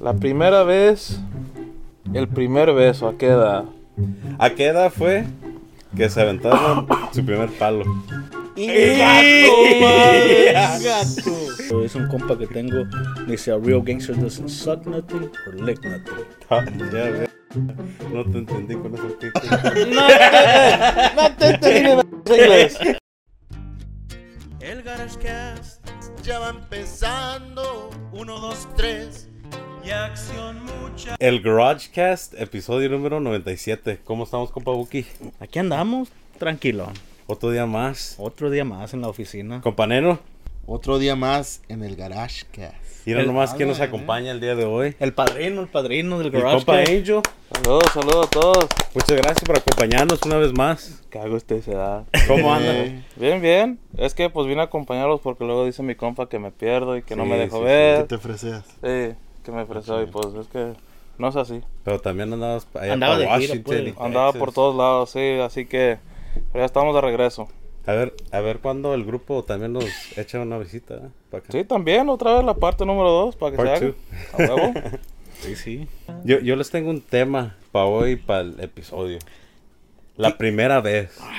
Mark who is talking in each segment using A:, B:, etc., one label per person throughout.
A: La primera vez, el primer beso, ¿a qué edad?
B: ¿A qué edad fue que se aventaron su primer palo?
C: Gato. Es un compa que tengo. Dice: A real gangster doesn't suck nothing or lick nothing.
B: Ah, ya, ve. No te entendí con eso. ¿qué?
A: No te entendí de inglés.
D: El GarageCast ya va empezando. Uno, dos, tres. Y acción mucha.
B: El GarageCast, episodio número 97. ¿Cómo estamos, compa Buki?
C: Aquí andamos, tranquilo.
B: Otro día más.
C: Otro día más en la oficina.
B: Compañero,
E: Otro día más en el Garage Cast.
B: mira
C: El
B: nomás quién
E: palo,
B: nos
E: eh.
B: acompaña el día de hoy.
C: El padrino, el padrino del
B: El compa
C: garage.
B: Angel.
A: Saludos, saludos a todos.
B: Muchas gracias por acompañarnos una vez más.
A: Cago usted se da.
B: ¿Cómo andan?
E: Eh,
A: Bien, bien. Es que pues vine a acompañarlos porque luego dice mi compa que me pierdo y que no
B: Sí,
A: me dejó
B: sí, sí.
E: ¿Qué
A: ver.
E: te ofreces?
A: Sí, que me ofreció y pues es que no es así.
B: Pero también andabas pa- allá
C: Andaba
B: pa'
C: de gira,
B: Washington.
C: pues.
B: y
A: Andaba
B: Texas.
A: por todos lados, sí, así que pero ya estamos de regreso.
B: A ver, a ver cuándo el grupo también nos echa una visita. ¿eh? Pa' acá.
A: Sí, también otra vez la parte número 2 para que
B: Part
A: se haga. A huevo.
C: Sí, sí.
B: Yo, yo les tengo un tema para hoy, para el episodio. La primera vez.
E: Ah,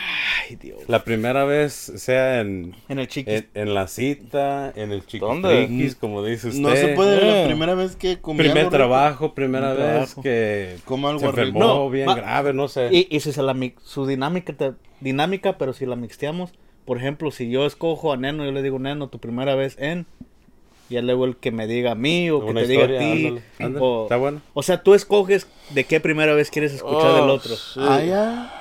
C: Ay, Dios.
B: La primera vez, sea en,
C: En el chiquis.
B: en, en la cita, en el chico
A: ¿Dónde?
B: como dice usted.
E: Mm. No se puede
C: Eh.
E: la primera vez que comí
B: Primer
E: algo rico.
B: trabajo, primera
C: Primer
B: vez
C: trabajo.
B: que
E: Como algo
B: se enfermó
E: rico.
C: No,
B: bien
C: va-
B: grave, no sé.
C: Y, y si se la mi- su dinámica, te- dinámica, pero si la mixteamos, por ejemplo, si yo escojo a Neno, yo le digo, Neno, tu primera vez en, y ya luego el que me diga a mí o que
B: Una
C: te diga a
B: historia,
C: ti.
B: ándale, ándale,
C: o,
B: está bueno.
C: o sea, tú escoges de qué primera vez quieres escuchar del
A: Oh,
C: otro.
A: sí.
E: Ah, ya.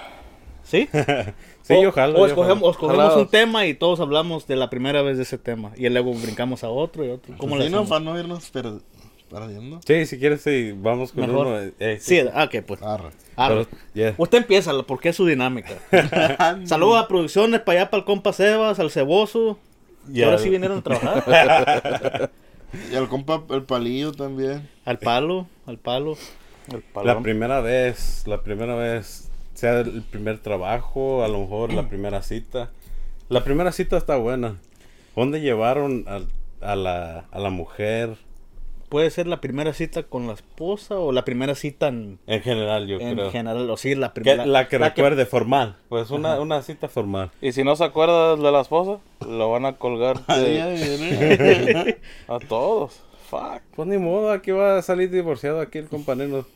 C: ¿Sí?
B: sí,
C: o,
B: yo jalo,
C: o
B: yo
C: escogemos,
B: jalo.
C: o escogemos
A: Jalados.
C: un tema y todos hablamos de la primera vez de ese tema. Y luego brincamos a otro y otro. ¿Cómo le
E: Sí, no,
C: hacemos?
E: para no irnos per- perdiendo.
B: Sí, si quieres, sí, vamos con
C: Mejor.
B: uno. eh,
C: Sí,
B: sí.
C: ah, ok, pues.
E: Arre.
C: Arre.
B: Pero- yeah.
C: Usted empieza, porque es su dinámica. Saludos a producciones para allá, para el compa Sebas, al Ceboso. Y
B: Ya.
C: ahora sí vinieron a trabajar.
E: Y al compa, el palillo también.
C: al palo, al palo.
A: El
B: La
A: palón.
B: primera vez, la primera vez, sea el primer trabajo, a lo mejor la primera cita. La primera cita está buena. ¿Dónde llevaron al- a, la, a la mujer?
C: Puede ser la primera cita con la esposa o la primera cita en,
B: En general, yo
C: en
B: creo.
C: general. O sí, la
B: Que-
C: primera.
B: la, que recuerde, formal. Pues una, una cita formal.
A: Y si no se acuerda de la esposa, lo van a colgar
E: Ahí
A: de-
E: ya viene.
A: a todos. Fuck.
B: Pues ni modo, aquí va a salir divorciado aquí el compañero.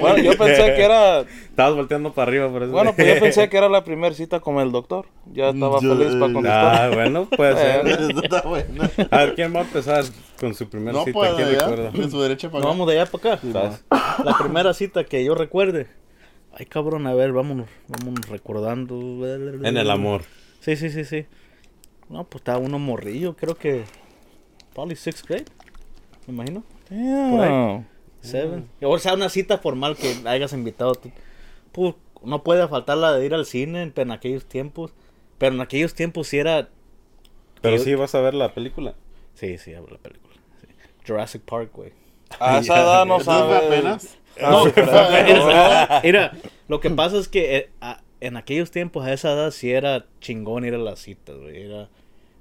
A: Bueno, yo pensé que era
B: Estabas volteando para arriba, por eso.
A: bueno, pues yo pensé que era la primera cita con el doctor. Ya estaba
E: Yo-
A: feliz para contestar.
B: Ah, bueno, puede ser.
E: Eso está bueno.
B: A ver, ¿quién va a empezar con su primera
E: No
B: cita?
E: puedo,
B: ¿Quién
E: ya.
B: recuerda?
E: De su derecha para
C: No,
E: acá.
C: vamos de allá para acá.
B: ¿Sabes?
C: La primera cita que yo recuerde. Ay, cabrón, a ver, vámonos, vámonos recordando.
B: En el amor.
C: Sí, sí, sí, sí. No, pues estaba uno morrillo, creo que. Probably sixth grade, me imagino. Por ahí. Seven.
B: Ah.
C: O sea, una cita formal que hayas invitado tú. Pues, no puede faltar la de ir al cine en, en aquellos tiempos. Pero en aquellos tiempos sí era.
B: Pero
C: Yo-
B: sí vas a ver la película.
C: Sí, sí, hablo de la película. sí. Jurassic Park, güey.
A: A esa edad no
E: ¿Eso fue
A: sabe.
E: apenas?
C: No,
E: pero-
C: mira, mira, lo que pasa es que eh, a- en aquellos tiempos, a esa edad, sí era chingón ir a las citas, güey. Era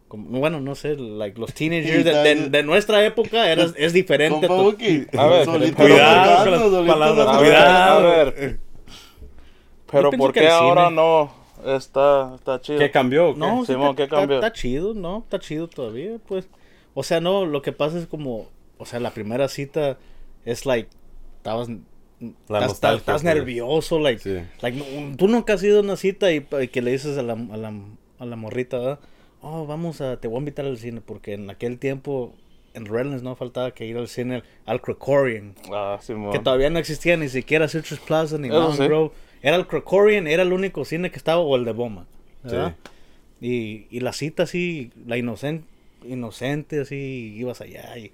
C: como- bueno, no sé, like, los teenagers de, de- de nuestra época era, es diferente. pues.
E: Compa
C: to-
E: Buki.
A: A ver,
E: solito
B: cuidado
E: nos
B: con las
E: matamos, solito nos
B: palabras,
A: A
E: matamos.
A: ver,
B: Cuidado.
A: a ver. Pero
C: Yo pienso
A: ¿por
C: que
A: qué
C: el
A: ahora
C: cine.
A: no está, está chido?
B: ¿Qué cambió? o qué?
C: No, sí,
A: Simón,
C: está,
A: ¿qué cambió?
C: está- está chido, ¿no? Está chido todavía, pues. O sea, no, lo que pasa es como, o sea, la primera cita es like, estabas, estás-
B: nostalgia,
C: estás
B: pues.
C: nervioso, like,
B: Sí.
C: like, no, tú nunca has ido a una cita y, y que le dices a la, a la, a la morrita, ¿verdad? oh, vamos a, te voy a invitar al cine, porque en aquel tiempo en Redlands no faltaba que ir al cine, al Cricorian,
A: Ah, Simón.
C: que todavía no existía ni siquiera Citrus Plaza ni
A: Eso
C: Mountain
A: sí.
C: Grove. Era el Cricorian, era el único cine que estaba o el de Boma.
B: Sí.
C: ¿verdad? Y, y la cita así, la inocente, inocente así, ibas allá y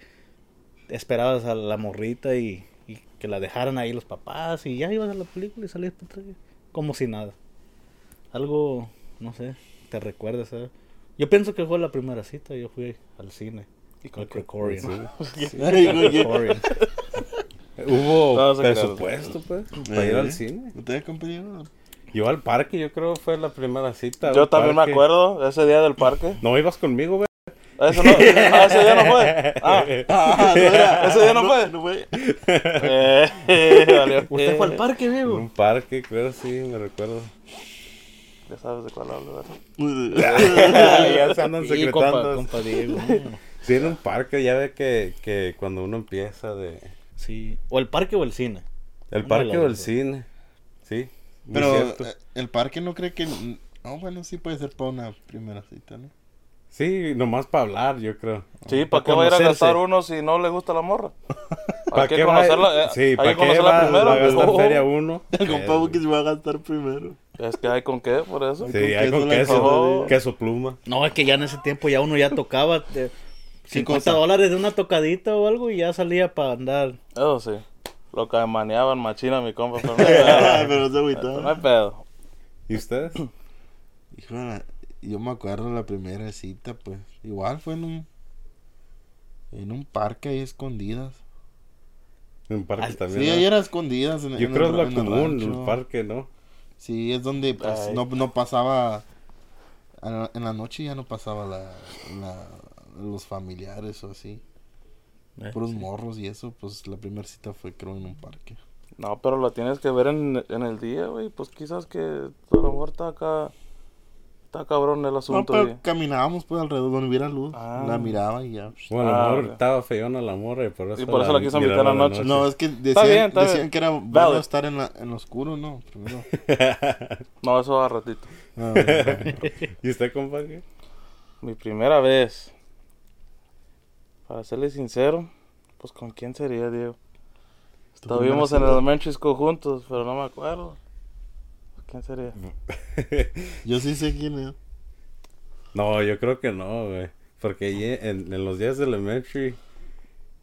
C: esperabas a la morrita y, y que la dejaran ahí los papás y ya ibas a la película y salías para atrás, como si nada. Algo, no sé, te recuerdas. ¿sabes? Yo pienso que fue la primera cita, yo fui al cine.
A: ¿Y con
C: Al Cricorian.
E: Ay, güey.
C: Cricorian.
B: Hubo
A: No, se crean.
B: presupuesto, pues, para ir al cine.
E: Eh, ¿Ustedes compañeros?
B: Yo al parque, yo creo fue la primera cita.
A: Yo
B: al
A: también me
B: parque.
A: acuerdo ese día del parque.
B: No ibas conmigo, güey.
A: Ah, Eso no, ah, ese día no fue. Ah,
E: Ah, no era.
A: ese día no fue.
E: No fue.
A: Eh, valió.
C: Usted fue al parque,
B: En
C: viejo.
B: un parque, creo, sí, me recuerdo.
A: Ya sabes de cuál hablo, ¿verdad?
B: ya se andan
C: Sí, compa,
B: secretando.
C: compa Diego. ¿no?
B: Sí, en un parque, ya ve que, que cuando uno empieza de...
C: Sí. O el parque o el cine.
B: El
C: Una
B: parque
C: de
B: o el
C: las
B: cine. Sí, muy
E: Pero
B: cierto.
E: eh, el parque no cree que. No, bueno, sí puede ser para una primera cita, ¿no?
B: Sí, nomás para hablar, yo creo.
A: Sí,
C: Pa'
A: ¿para qué va a ir a
C: conocerse.
A: gastar uno si no le gusta la morra?
B: ¿Para
A: Hay que conocerla, eh,
B: Sí,
A: hay que
B: ¿para qué
A: conocerla
B: va,
A: primero.
B: va a gastar
A: Oh,
B: feria uno? Eh,
E: El compa Buki se va a gastar primero.
A: Es que hay con qué, por eso.
B: Sí, hay
E: queso
B: con
E: la
B: queso,
A: ensalada.
B: queso pluma.
C: No, es que ya en ese tiempo ya uno ya tocaba de 50
E: cosa?
C: dólares de una tocadita o algo y ya salía para andar.
A: Eso sí. Lo que maneaban machina mi compa, pero no hay pedo.
E: Ah, Pero se
A: No hay
E: agüitaba.
A: pedo.
B: ¿Y ustedes?
E: Hijo, la- yo me acuerdo la primera cita, pues. Igual fue en un. En un parque ahí escondidas.
B: En parque también.
E: Sí,
B: ¿no?
E: ahí era escondidas. En,
B: Yo
E: en
B: creo
E: el-
B: que es
E: en
B: lo
E: el
B: común,
E: rancho.
B: el parque, ¿no?
E: Sí, es donde pues,
A: Ay.
E: no, no pasaba. a la- En la noche ya no pasaba la, la- los familiares o así.
C: Eh,
E: Puros morros y eso, pues la primera cita fue creo en un parque.
A: No, pero la tienes que ver en, en el día, güey. Pues quizás que a lo mejor está acá. Está cabrón el
E: No,
A: asunto.
E: pero
A: güey.
E: caminábamos pues alrededor donde hubiera luz.
A: Ah.
E: La miraba y ya.
B: O a lo
A: Ah,
B: mejor
A: ok.
B: estaba feona la morra y por eso,
A: Y por eso la quiso invitar
B: miraron
A: anoche.
E: No, es que decían,
A: bien, está
E: decían
A: bien.
E: que era bueno
A: Valid.
E: estar en, la, en lo oscuro, ¿no? Primero.
A: No, eso a ratito.
E: Ah,
B: ¿Y usted, compadre?
A: Mi primera vez. Para serle sincero, pues con quién sería, Diego. Estuvimos en el elementary school juntos, pero no me acuerdo. ¿Quién sería?
E: yo sí sé quién es.
B: No, yo creo que no, güey. Porque ahí en, en los días de elementary,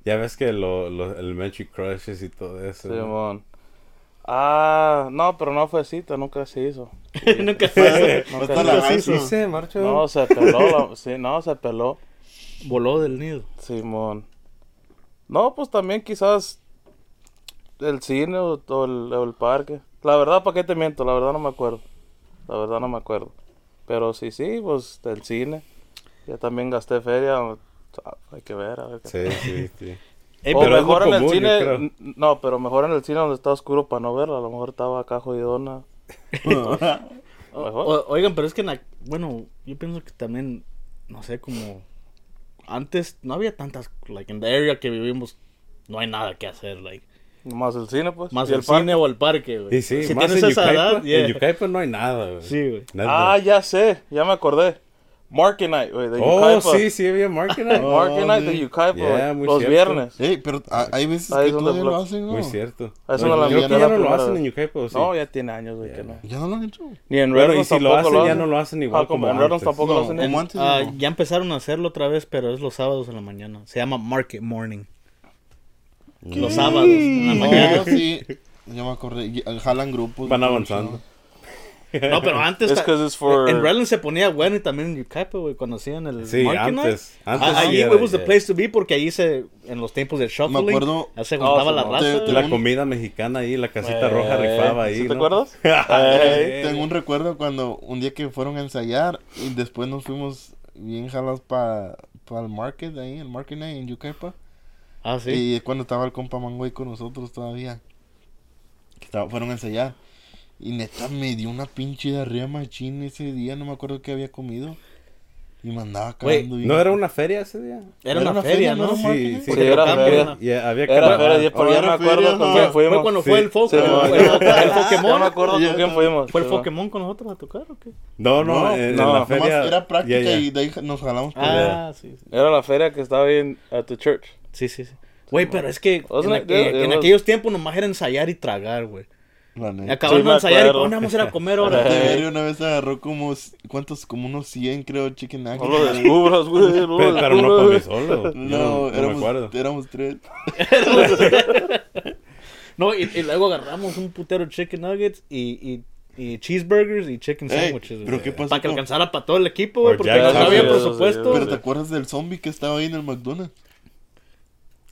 B: ya ves que los elementary crushes y todo eso. ¿no?
A: Simón. Ah, no, pero no fue cita, nunca se hizo.
C: Nunca fue.
A: No,
E: Hasta
A: que
E: la
A: no.
E: raza.
B: Ah, Sí, se marchó.
A: No, se peló, la- sí, no, se peló.
C: Voló del nido.
A: Simón. No, pues también quizás el cine o, o el, o el parque. La verdad, ¿para qué te miento? La verdad no me acuerdo. La verdad no me acuerdo. Pero sí, sí, pues del cine. Ya también gasté feria. o sea, Hay que ver, a ver qué
B: Sí, sí, sí.
C: Eh,
A: o
B: pero es lo
A: mejor en el
B: común, yo
A: cine.
B: creo.
A: n- No, pero mejor en el cine donde está oscuro para no verla. A lo mejor estaba acá jodidona.
C: O-
A: Mejor.
C: o- oigan, pero es que, en la- bueno, yo pienso que también, no sé, como antes no había tantas, like, en the area que vivimos, no hay nada que hacer, like,
A: Más el cine, pues.
C: más
A: y
C: el, cine
A: parque.
C: o el parque, güey.
B: Y sí,
C: si
B: más
C: tienes
B: en
C: esa
B: Yucaipa-
C: edad, yeah.
B: En Yucaipa no hay nada, güey.
C: Sí, güey.
B: Nada.
A: Ah, ya sé. Ya me acordé. Market Night, güey. de
B: oh,
A: Yucaipa.
B: sí, sí, había marketing.
A: Market
E: Oh,
A: Night de
E: sí.
A: Yucaipa,
B: Yeah,
A: güey,
B: muy
A: los
B: cierto.
A: viernes.
E: Ey, pero a- hay veces
A: Ahí
E: que
A: es donde
E: todavía lo
A: lo-
E: hacen, ¿no?
B: Muy cierto.
A: Eso no lo
B: Yo creo que
A: ambienté
B: ya
A: la
B: no lo
A: primera
B: hacen
A: vez.
B: en Yucaipa, ¿o pues sí?
A: No, ya tiene años, güey, que no.
E: Ya no lo han hecho.
A: Ni en
B: Bueno,
A: Red
B: y si lo hacen, ya no lo hacen igual
A: Ah,
B: como
A: en Red
B: antes.
A: tampoco lo
E: No,
A: hacen.
E: como
A: en-
E: antes.
C: Ah,
E: no.
C: ya empezaron a hacerlo otra vez, pero es los sábados en la mañana. Se llama Market Morning. Los sábados en la mañana.
E: No, sí. Ya me acordé. Y- Jalan grupos.
B: Van
E: mucho,
B: avanzando.
C: No, pero antes.
A: It's 'cause it's for-
C: En Redland se ponía bueno y también en Yucaipa, güey, conocían el.
B: Sí,
C: Market
B: antes.
C: Night.
B: Antes
C: Ah,
B: sí
C: allí,
B: era,
C: güey, was the
B: yeah.
C: place to be porque allí se. En los tiempos del shuffling.
E: acuerdo-
C: ya se juntaba
A: Ah,
C: la
A: sí,
C: raza.
E: te-
C: güey.
B: La comida mexicana ahí, la casita
A: Eh,
B: roja rifaba ahí.
A: ¿sí te
B: ¿no?
A: acuerdas?
E: ¿no?
B: Ey,
E: Tengo un recuerdo cuando un día que fueron a ensayar y después nos fuimos bien jalados para el market ahí, el market night en Yucaipa.
C: Ah, sí.
E: Y es cuando estaba el compa Mango ahí con nosotros todavía. Que estaba- fueron a ensayar. Y neta me dio una pinche diarrea machín ese día, no me acuerdo qué había comido. Y me andaba
C: Güey,
E: cagando bien.
B: ¿No era una feria ese día?
C: Era, una, feria, ¿no?
E: era un market
B: Sí,
E: night?
B: sí,
A: Porque era
B: había-
A: feria.
B: yeah, había
A: Era,
B: carnaval.
A: pero ya- pero
E: Oh,
A: ya
E: era
A: me acuerdo
E: feria,
A: con
E: ¿no?
A: quién
C: Fue,
A: fuimos.
C: cuando fue
B: Sí.
C: el Foco.
A: Sí,
C: güey.
A: no,
C: Fue
A: ya-
C: el Foco- el
A: Ya me
C: Pokémon.
A: acuerdo con
E: Ya-
A: quién fuimos.
C: ¿Fue el
A: sí,
C: Pokémon con nosotros a tocar o qué?
B: No, no,
E: No,
B: en,
A: no.
B: en la
A: Nomás
E: Nomás
B: feria.
E: era práctica
B: ya, ya.
E: y de ahí nos jalamos pues, para allá.
C: Ah, sí, sí.
A: Era la feria que estaba ahí en at the church.
C: Sí, sí, sí. Güey, pero es que
A: O sea,
C: en, aquella-
A: yo- yo-
C: en aquellos tiempos nomás era ensayar y tragar, güey.
E: La neta.
C: Acabamos
A: Sí,
C: de
A: me
C: ensayar y "Oh,
A: acuerdo.
C: ¿dónde vamos a ir a comer ahora?
E: Tiberio una vez agarró como, c- ¿cuántos? Como unos 100, creo, chicken
A: No
E: nuggets.
A: lo descubras, güey. No lo
B: Pe- pero no comí
A: descubras.
B: solo. Yo
E: No,
B: No, no me acuerdo.
E: éramos, éramos tres.
C: No, y, y luego agarramos un putero de chicken nuggets y, y, y cheeseburgers y chicken
E: Ey,
C: sandwiches.
E: ¿pero qué pasó
C: Para que
E: con-
C: alcanzara para todo el equipo, güey,
B: Or
C: porque
B: Jack
C: no
A: Daniels,
C: había
A: sí,
C: presupuesto.
A: sí,
E: Pero
A: sí.
E: ¿te acuerdas del zombie que estaba ahí en el McDonald's?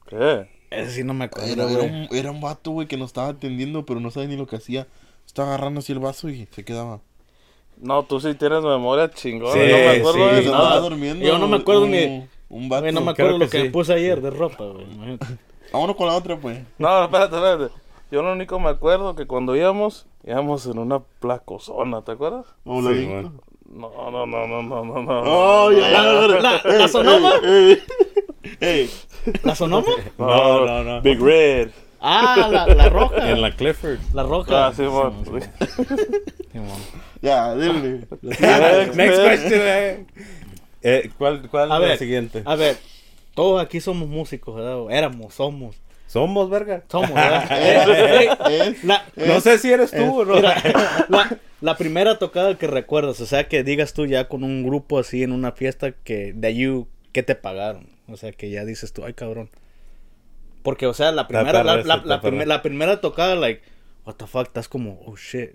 A: ¿Qué?
C: Ese sí no me acuerdo,
E: Era, era
C: güey.
E: un, era un vato, güey, que nos estaba atendiendo, pero no sabía ni lo que hacía. Estaba agarrando así el vaso y se quedaba.
A: No, tú sí tienes memoria chingona.
B: Sí,
A: no me acuerdo
B: sí.
A: de
E: Yo
A: nada.
E: andaba durmiendo.
C: yo no me acuerdo
E: un-
C: ni-
E: Un vato.
C: Güey, no me
B: creo
C: acuerdo lo
B: que
C: que, me
B: sí.
C: puse ayer de ropa, güey. imagínate.
E: Vámonos con la otra, pues.
A: No, espérate, espérate. Yo lo único que me acuerdo que cuando íbamos, íbamos en una placozona, ¿te acuerdas?
E: Vamos la
B: Sí,
E: Víctor.
B: bueno.
A: No, no, no, no, no, no, no.
E: ¡Oh, ya, ya!
C: la- la Sonoma?
E: ¡Ey! ey.
C: ¿La Sonoma?
B: No, no, no.
A: Big Red.
C: Ah, la, la roja.
B: En
C: La...
B: la Clifford.
C: roja.
A: Ah, sí, mon.
C: Simón.
E: Ya, dile.
A: Next,
B: Next
A: next.
B: question, eh. Eh, ¿Cuál, cuál
C: A
B: es la
C: ver.
B: siguiente?
C: A ver, todos aquí somos músicos, ¿verdad? O Éramos, somos.
B: Somos, verga.
C: Somos, ¿verdad?
E: Eh,
C: Güey,
E: eh.
C: la,
B: No sé si eres tú o no.
C: eh, mira, la, la primera tocada que recuerdas, o sea, que digas tú ya con un grupo así en una fiesta que de allí, ¿qué te pagaron? O sea, que ya dices tú, ay, cabrón. Porque, o sea, la primera,
B: perra
C: la, la-
B: esa,
C: la
B: está perra.
C: primer- la primera tocada, like, what the fuck, estás como, oh shit,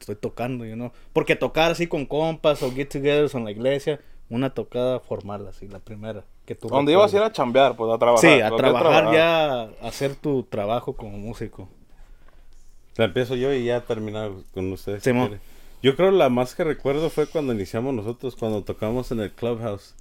C: estoy tocando, you know. Porque tocar así con compas o get togethers en la iglesia, una tocada formal así, la primera. Que tú
A: Donde ibas a ir
C: recuerdas.
A: a chambear, pues a trabajar.
C: Sí, a
A: Donde
C: trabajar ya, a hacer tu trabajo como músico.
B: La empiezo yo y ya terminado con ustedes. si
C: Simón.
B: quiere. yo creo la más que recuerdo fue cuando iniciamos nosotros, cuando tocamos en el Clubhouse.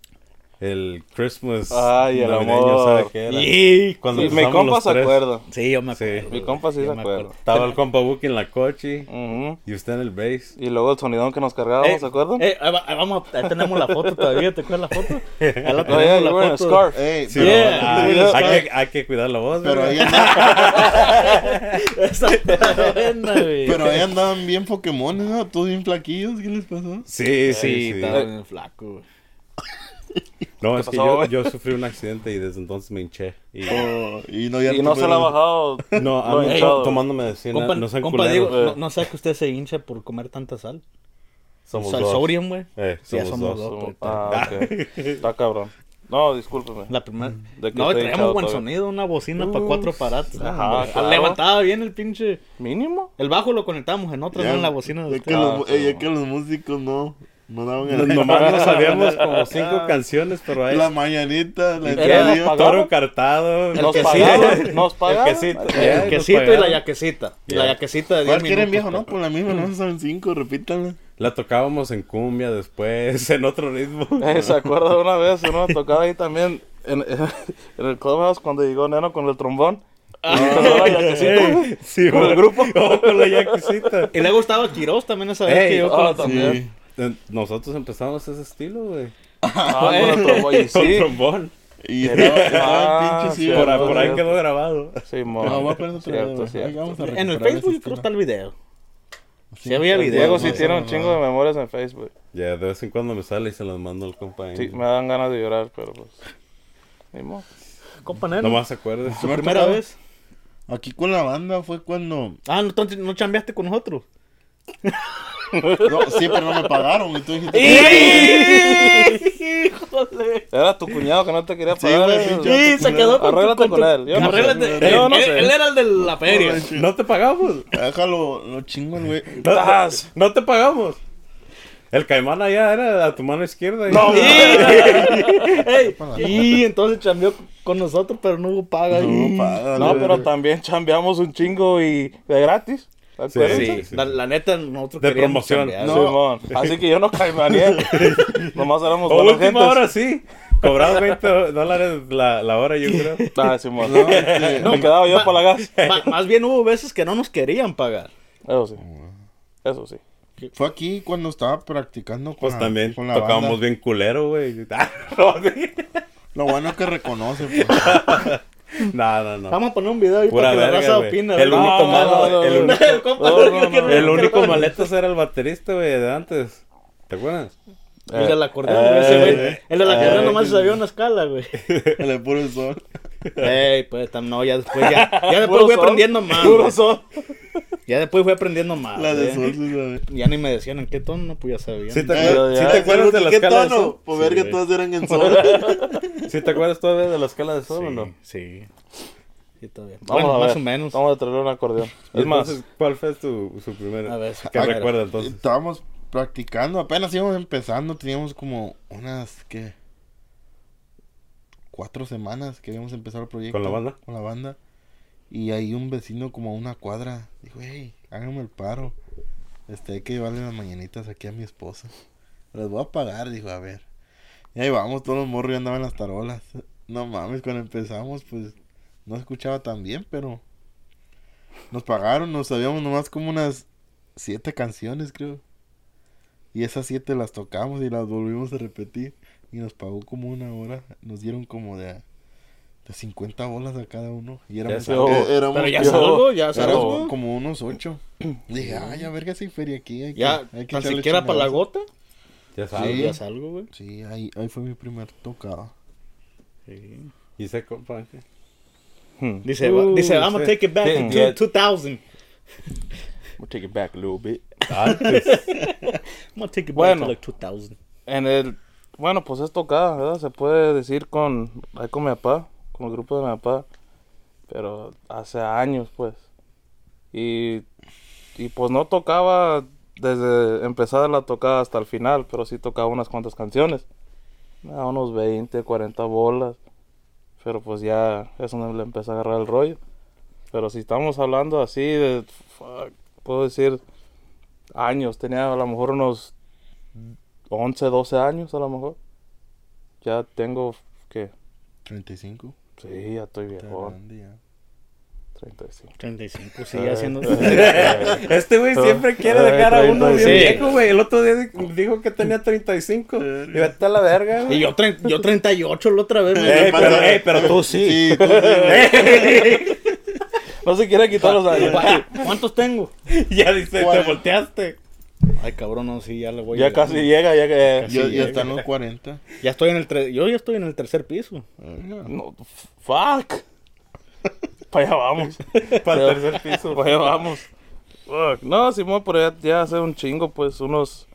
B: El Christmas.
A: Ay, el
B: navideño,
A: amor.
B: ¿sabe qué era?
C: Y-
B: Cuando
A: Y mi
B: empezamos
A: compa
B: los
A: se
B: tres,
A: acuerda.
C: Sí, yo me
B: Sí.
C: acuerdo.
A: Mi compa sí
C: yo
A: se
C: me
A: acuerda.
B: Estaba el compa Buki en la coche
A: Ujú.
B: y usted en el bass.
A: Y luego el sonidón que nos cargábamos,
C: Eh,
A: ¿se acuerdan?
C: eh, ahí va- ahí vamos, ahí tenemos la foto todavía, ¿te acuerdas la foto? Ahí la
A: Oh, yeah,
C: tenemos
A: you were in
C: la
A: a
C: foto.
A: scarf.
E: Ey,
B: Sí,
E: pero-
C: Yeah.
B: ah,
A: Yeah.
B: hay, que, hay que cuidar la voz.
E: Pero
B: ¿verdad?
E: ahí andaban,
C: Esa está buena, güey.
E: pero ahí andaban bien Pokémones, ¿no? Todos bien flaquillos, ¿qué les pasó?
B: Sí, sí,
C: Sí, eh,
B: sí.
C: estaba bien flaco, güey.
B: No, es que
A: pasó,
B: yo,
A: güey?
B: yo sufrí un accidente y desde entonces me hinché. Y...
E: Oh, y no, ya
A: y no se la ha bajado.
B: No,
A: Lo
B: ando
A: hinchado.
B: tomándome de cena.
C: Compa,
B: no sean
C: compa Diego,
B: culeros. Eh,
A: güey.
C: no, no sea que usted se hincha por comer tanta sal.
B: Somos
C: sal
B: dos.
C: sodium, güey.
B: Eh,
C: Sí, ya
B: somos
C: somos
B: dos.
C: dos. pues,
A: Ah, ok. Está cabrón. No, discúlpeme.
C: La primera.
A: Mm. De que
C: No,
A: estoy
C: traemos
A: hinchado
C: buen
A: todavía.
C: sonido, una bocina para cuatro aparatos. ¿no?
A: Ajá,
C: Hombre, ah,
A: claro.
C: Levantaba bien el pinche.
A: ¿Mínimo?
C: El bajo lo conectamos en otra, no en la bocina de
E: Es que,
C: usted.
E: los,
A: Ah,
E: ey,
A: sí.
E: es que los músicos no, no daban
B: No-
E: el...
B: Nomás no sabíamos como cinco canciones, pero ahí.
E: La mañanita, la
A: qué?
E: entrada.
A: ¿Nos
B: Toro
A: pagaron?
B: Cartado.
A: ¿Nos
C: que sí.
A: pagaron? ¿Nos pagaron?
B: El quesito.
C: El
B: Ya, nos
C: quesito y la
B: pagaron.
C: yaquecita. Y
B: Ya.
C: La yaquecita de 10
E: ¿Cuál
C: minutos.
E: quieren viejo, no? Por la misma,
A: Mm.
E: no son cinco, repítanla.
B: La tocábamos en cumbia después, en otro ritmo.
A: Eh, ¿Se acuerda de una vez uno tocaba ahí también en, en el clubhouse cuando llegó Neno con el trombón? Y
C: Ah,
A: empezó la yaquecita.
B: Sí,
A: ¿Con el
B: güey.
A: grupo?
B: Oh, con la yaquecita.
C: Y le gustaba Quiroz también esa vez
B: Ey, oh,
C: que yo
A: ah,
C: conocí.
A: también.
E: Sí.
B: Eh, Nosotros empezamos ese estilo, güey.
A: Ah, con el trombón. Y
B: Con
A: sí.
B: trombón.
E: Y estaba, estaba
A: Ah,
E: pinche, sí,
A: sí,
B: Por,
E: ¿verdad?
B: por ahí
A: cierto.
B: quedó grabado.
A: Sí, mo.
E: No, voy a poner otra vez,
A: Cierto,
E: güey. Ahí
A: cierto.
E: vamos a
C: En el
E: recuperar este ese
C: Facebook creo
E: estilo.
C: está el video.
E: Sí,
C: Sí había
E: pero
C: video.
A: Diego
E: bueno,
A: sí
E: no,
A: tiene
E: no,
A: un
E: no.
A: chingo de memorias en Facebook.
B: Ya, de vez en cuando me sale y se las mando al compa. ahí.
A: Sí, me dan ganas de llorar, pero pues. Ni modo.
C: Compa Neno,
B: Nomás se acuerda.
C: ¿Su
E: ¿Me ha
C: primera
E: tocado?
C: vez?
E: Aquí con la banda fue cuando.
C: Ah, no, entonces no chambeaste con nosotros.
E: No, sí, pero no me pagaron. Y tú dijiste.
C: ¡Híjole!
A: Era tu cuñado que no te quería
E: Sí,
A: pagar.
E: güey,
A: eh.
E: pinche-
C: Sí, se quedó con tu-
A: Arréglate con él, yo no sé.
C: Arréglate.
A: Yo
C: Él-
A: no
C: él,
A: sé.
C: él era el de la feria.
B: No te pagamos.
E: Déjalo, lo chingo el güey.
B: No,
A: Estás.
B: no te pagamos. El caimán allá era a tu mano izquierda.
C: No, Ey, y entonces chambeó con nosotros, pero no hubo paga.
E: No, págale.
A: Mm. No, pero también chambeamos un chingo y de gratis. ¿te acuerdas? Ah,
B: Sí.
C: La, la neta, nosotros
B: De
C: queríamos
B: promoción.
C: chambear.
E: No.
A: Simón. Así que yo no caimaneé. Nomás éramos
B: O
A: buenos gente.
B: última hora sí. Cobraba 20 dólares la, la hora, yo creo. Pues
A: Ah, Simón.
E: No, este,
A: Me quedaba yo
C: ma-
A: para la gas.
C: Ma- más bien hubo veces que no nos querían pagar.
A: Eso sí. Eso sí.
E: Fue aquí cuando estaba practicando con
B: Pues
E: la-
B: también
E: con la
B: tocábamos
E: Ah, banda.
B: bien culero, güey. Ah, no, sí.
E: Lo bueno es que reconoce. Pues.
B: no, no, no.
C: Vamos a poner un video ahí
B: Pura
C: para que la
B: verga,
C: raza
B: güey.
C: opina.
B: El
C: ¿verdad?
B: único malo, el único-
C: El compa
A: No,
C: no,
A: no,
C: que
A: no.
B: El único
C: que-
B: maletas era el baterista, güey, de antes. ¿Te acuerdas?
C: El del acordeón,
A: Eh,
C: ese güey.
A: eh,
C: El del acordeón
E: eh,
C: nomás sabía una escala, güey.
E: Le puro el sol.
C: Ey, pues tam- no, ya después ya. Ya después
A: Puro
C: fui
A: sol,
C: aprendiendo más.
A: puro
C: güey.
A: sol.
C: Ya después fui aprendiendo más.
E: La de
C: güey.
E: sol, sí, sabe.
C: Ya ni me decían en qué tono, no, pues ya sabía.
B: ¿Sí te,
E: Eh,
B: acuerdas-
A: ya.
B: sí te acuerdas de la
E: ¿Qué
B: escala de
E: tono?
B: sol?
E: Pues ver
B: Sí,
E: que
B: güey.
E: todas eran en sol.
B: ¿Sí te acuerdas todavía de la escala de sol o
C: Sí,
B: no?
C: sí. Sí, todavía.
A: Vamos
C: bueno,
A: a ver.
C: más o menos.
A: Vamos a traer un acordeón. Es más,
B: Entonces, ¿cuál fue tu, su primera?
C: A ver, su
B: ¿Qué
C: primera.
B: recuerda entonces?
E: Estábamos practicando, apenas íbamos empezando. Teníamos como unas, ¿qué? Cuatro semanas que habíamos empezado el proyecto.
B: ¿Con la banda?
E: Con la banda. Y ahí un vecino como a una cuadra dijo, hey, háganme el paro. Este, hay que llevarle las mañanitas aquí a mi esposa. Las voy a pagar, dijo, a ver. Y ahí vamos, todos los morros ya andaban en las tarolas. No mames, cuando empezamos, pues no escuchaba tan bien, pero nos pagaron, nos sabíamos nomás como unas siete canciones, creo. Y esas siete las tocamos y las volvimos a repetir. Y nos pagó como una hora. Nos dieron como de, de 50 bolas a cada uno. Y éramos,
A: se- oh,
E: eh, éramos-
F: Pero ya
A: Yo-
F: salgo, ya
A: pero-
F: salgo.
E: éramos como unos ocho. Dije, ay, a ver qué hace feria aquí. Hay que,
F: Ya,
E: hay que
F: tan
E: echarle
F: siquiera para la
E: chingadas.
F: gota.
B: Ya sabes.
E: Sí.
C: Ya salgo, güey.
E: Sí, ahí, ahí fue mi primer tocado.
C: Sí.
B: Y se compa. ¿eh? ¿qué?
C: Dice, va-
B: Uh,
C: dice, I'm
B: sí.
C: gonna take it back
B: Sí,
C: in
B: yeah.
C: two- 2000.
A: We'll take it back a little bit.
B: Ah, Antes.
C: I'm gonna take it back
A: Bueno.
C: to like 2000.
A: En el. Bueno, pues es tocada, ¿verdad? Se puede decir con. Ahí con mi papá, con el grupo de mi papá. Pero hace años, pues. Y. Y pues no tocaba desde empezar la tocada hasta el final, pero sí tocaba unas cuantas canciones. A unos 20, 40 bolas. Pero pues ya es donde le empecé a agarrar el rollo. Pero si estamos hablando así de. fuck, puedo decir. Años, tenía a lo mejor unos 11, 12 años a lo mejor. Ya tengo, ¿qué?
E: 35.
A: Sí, ya estoy
E: Está
A: viejo.
E: grande ya.
A: 35.
C: 35, sí,
A: Ah.
C: haciendo.
A: Eh,
B: Este güey siempre quiere dejar a uno bien
C: Sí.
B: viejo, güey. El otro día di- dijo que tenía 35. Y vete a la verga,
C: Y
B: güey.
C: yo, tre- yo 38 la otra vez,
E: Eh,
B: Ey,
C: güey.
B: pero, ey, pero tú sí.
E: Sí, tú-
A: No se quiere quitar los años.
C: ¿Cuántos tengo?
B: ya dice, te volteaste.
C: Ay, cabrón, no, sí, ya le voy a
A: Ya
C: llegar.
A: casi llega, ya que...
E: ya,
C: Sí,
E: ya
C: eh.
E: están los 40.
C: Ya estoy en el tre- yo ya estoy en el tercer piso.
A: No, f- fuck. Para allá vamos.
B: Para el tercer piso.
A: Para allá vamos. Fuck. No, Simón, pero ya, ya hace un chingo, pues, unos...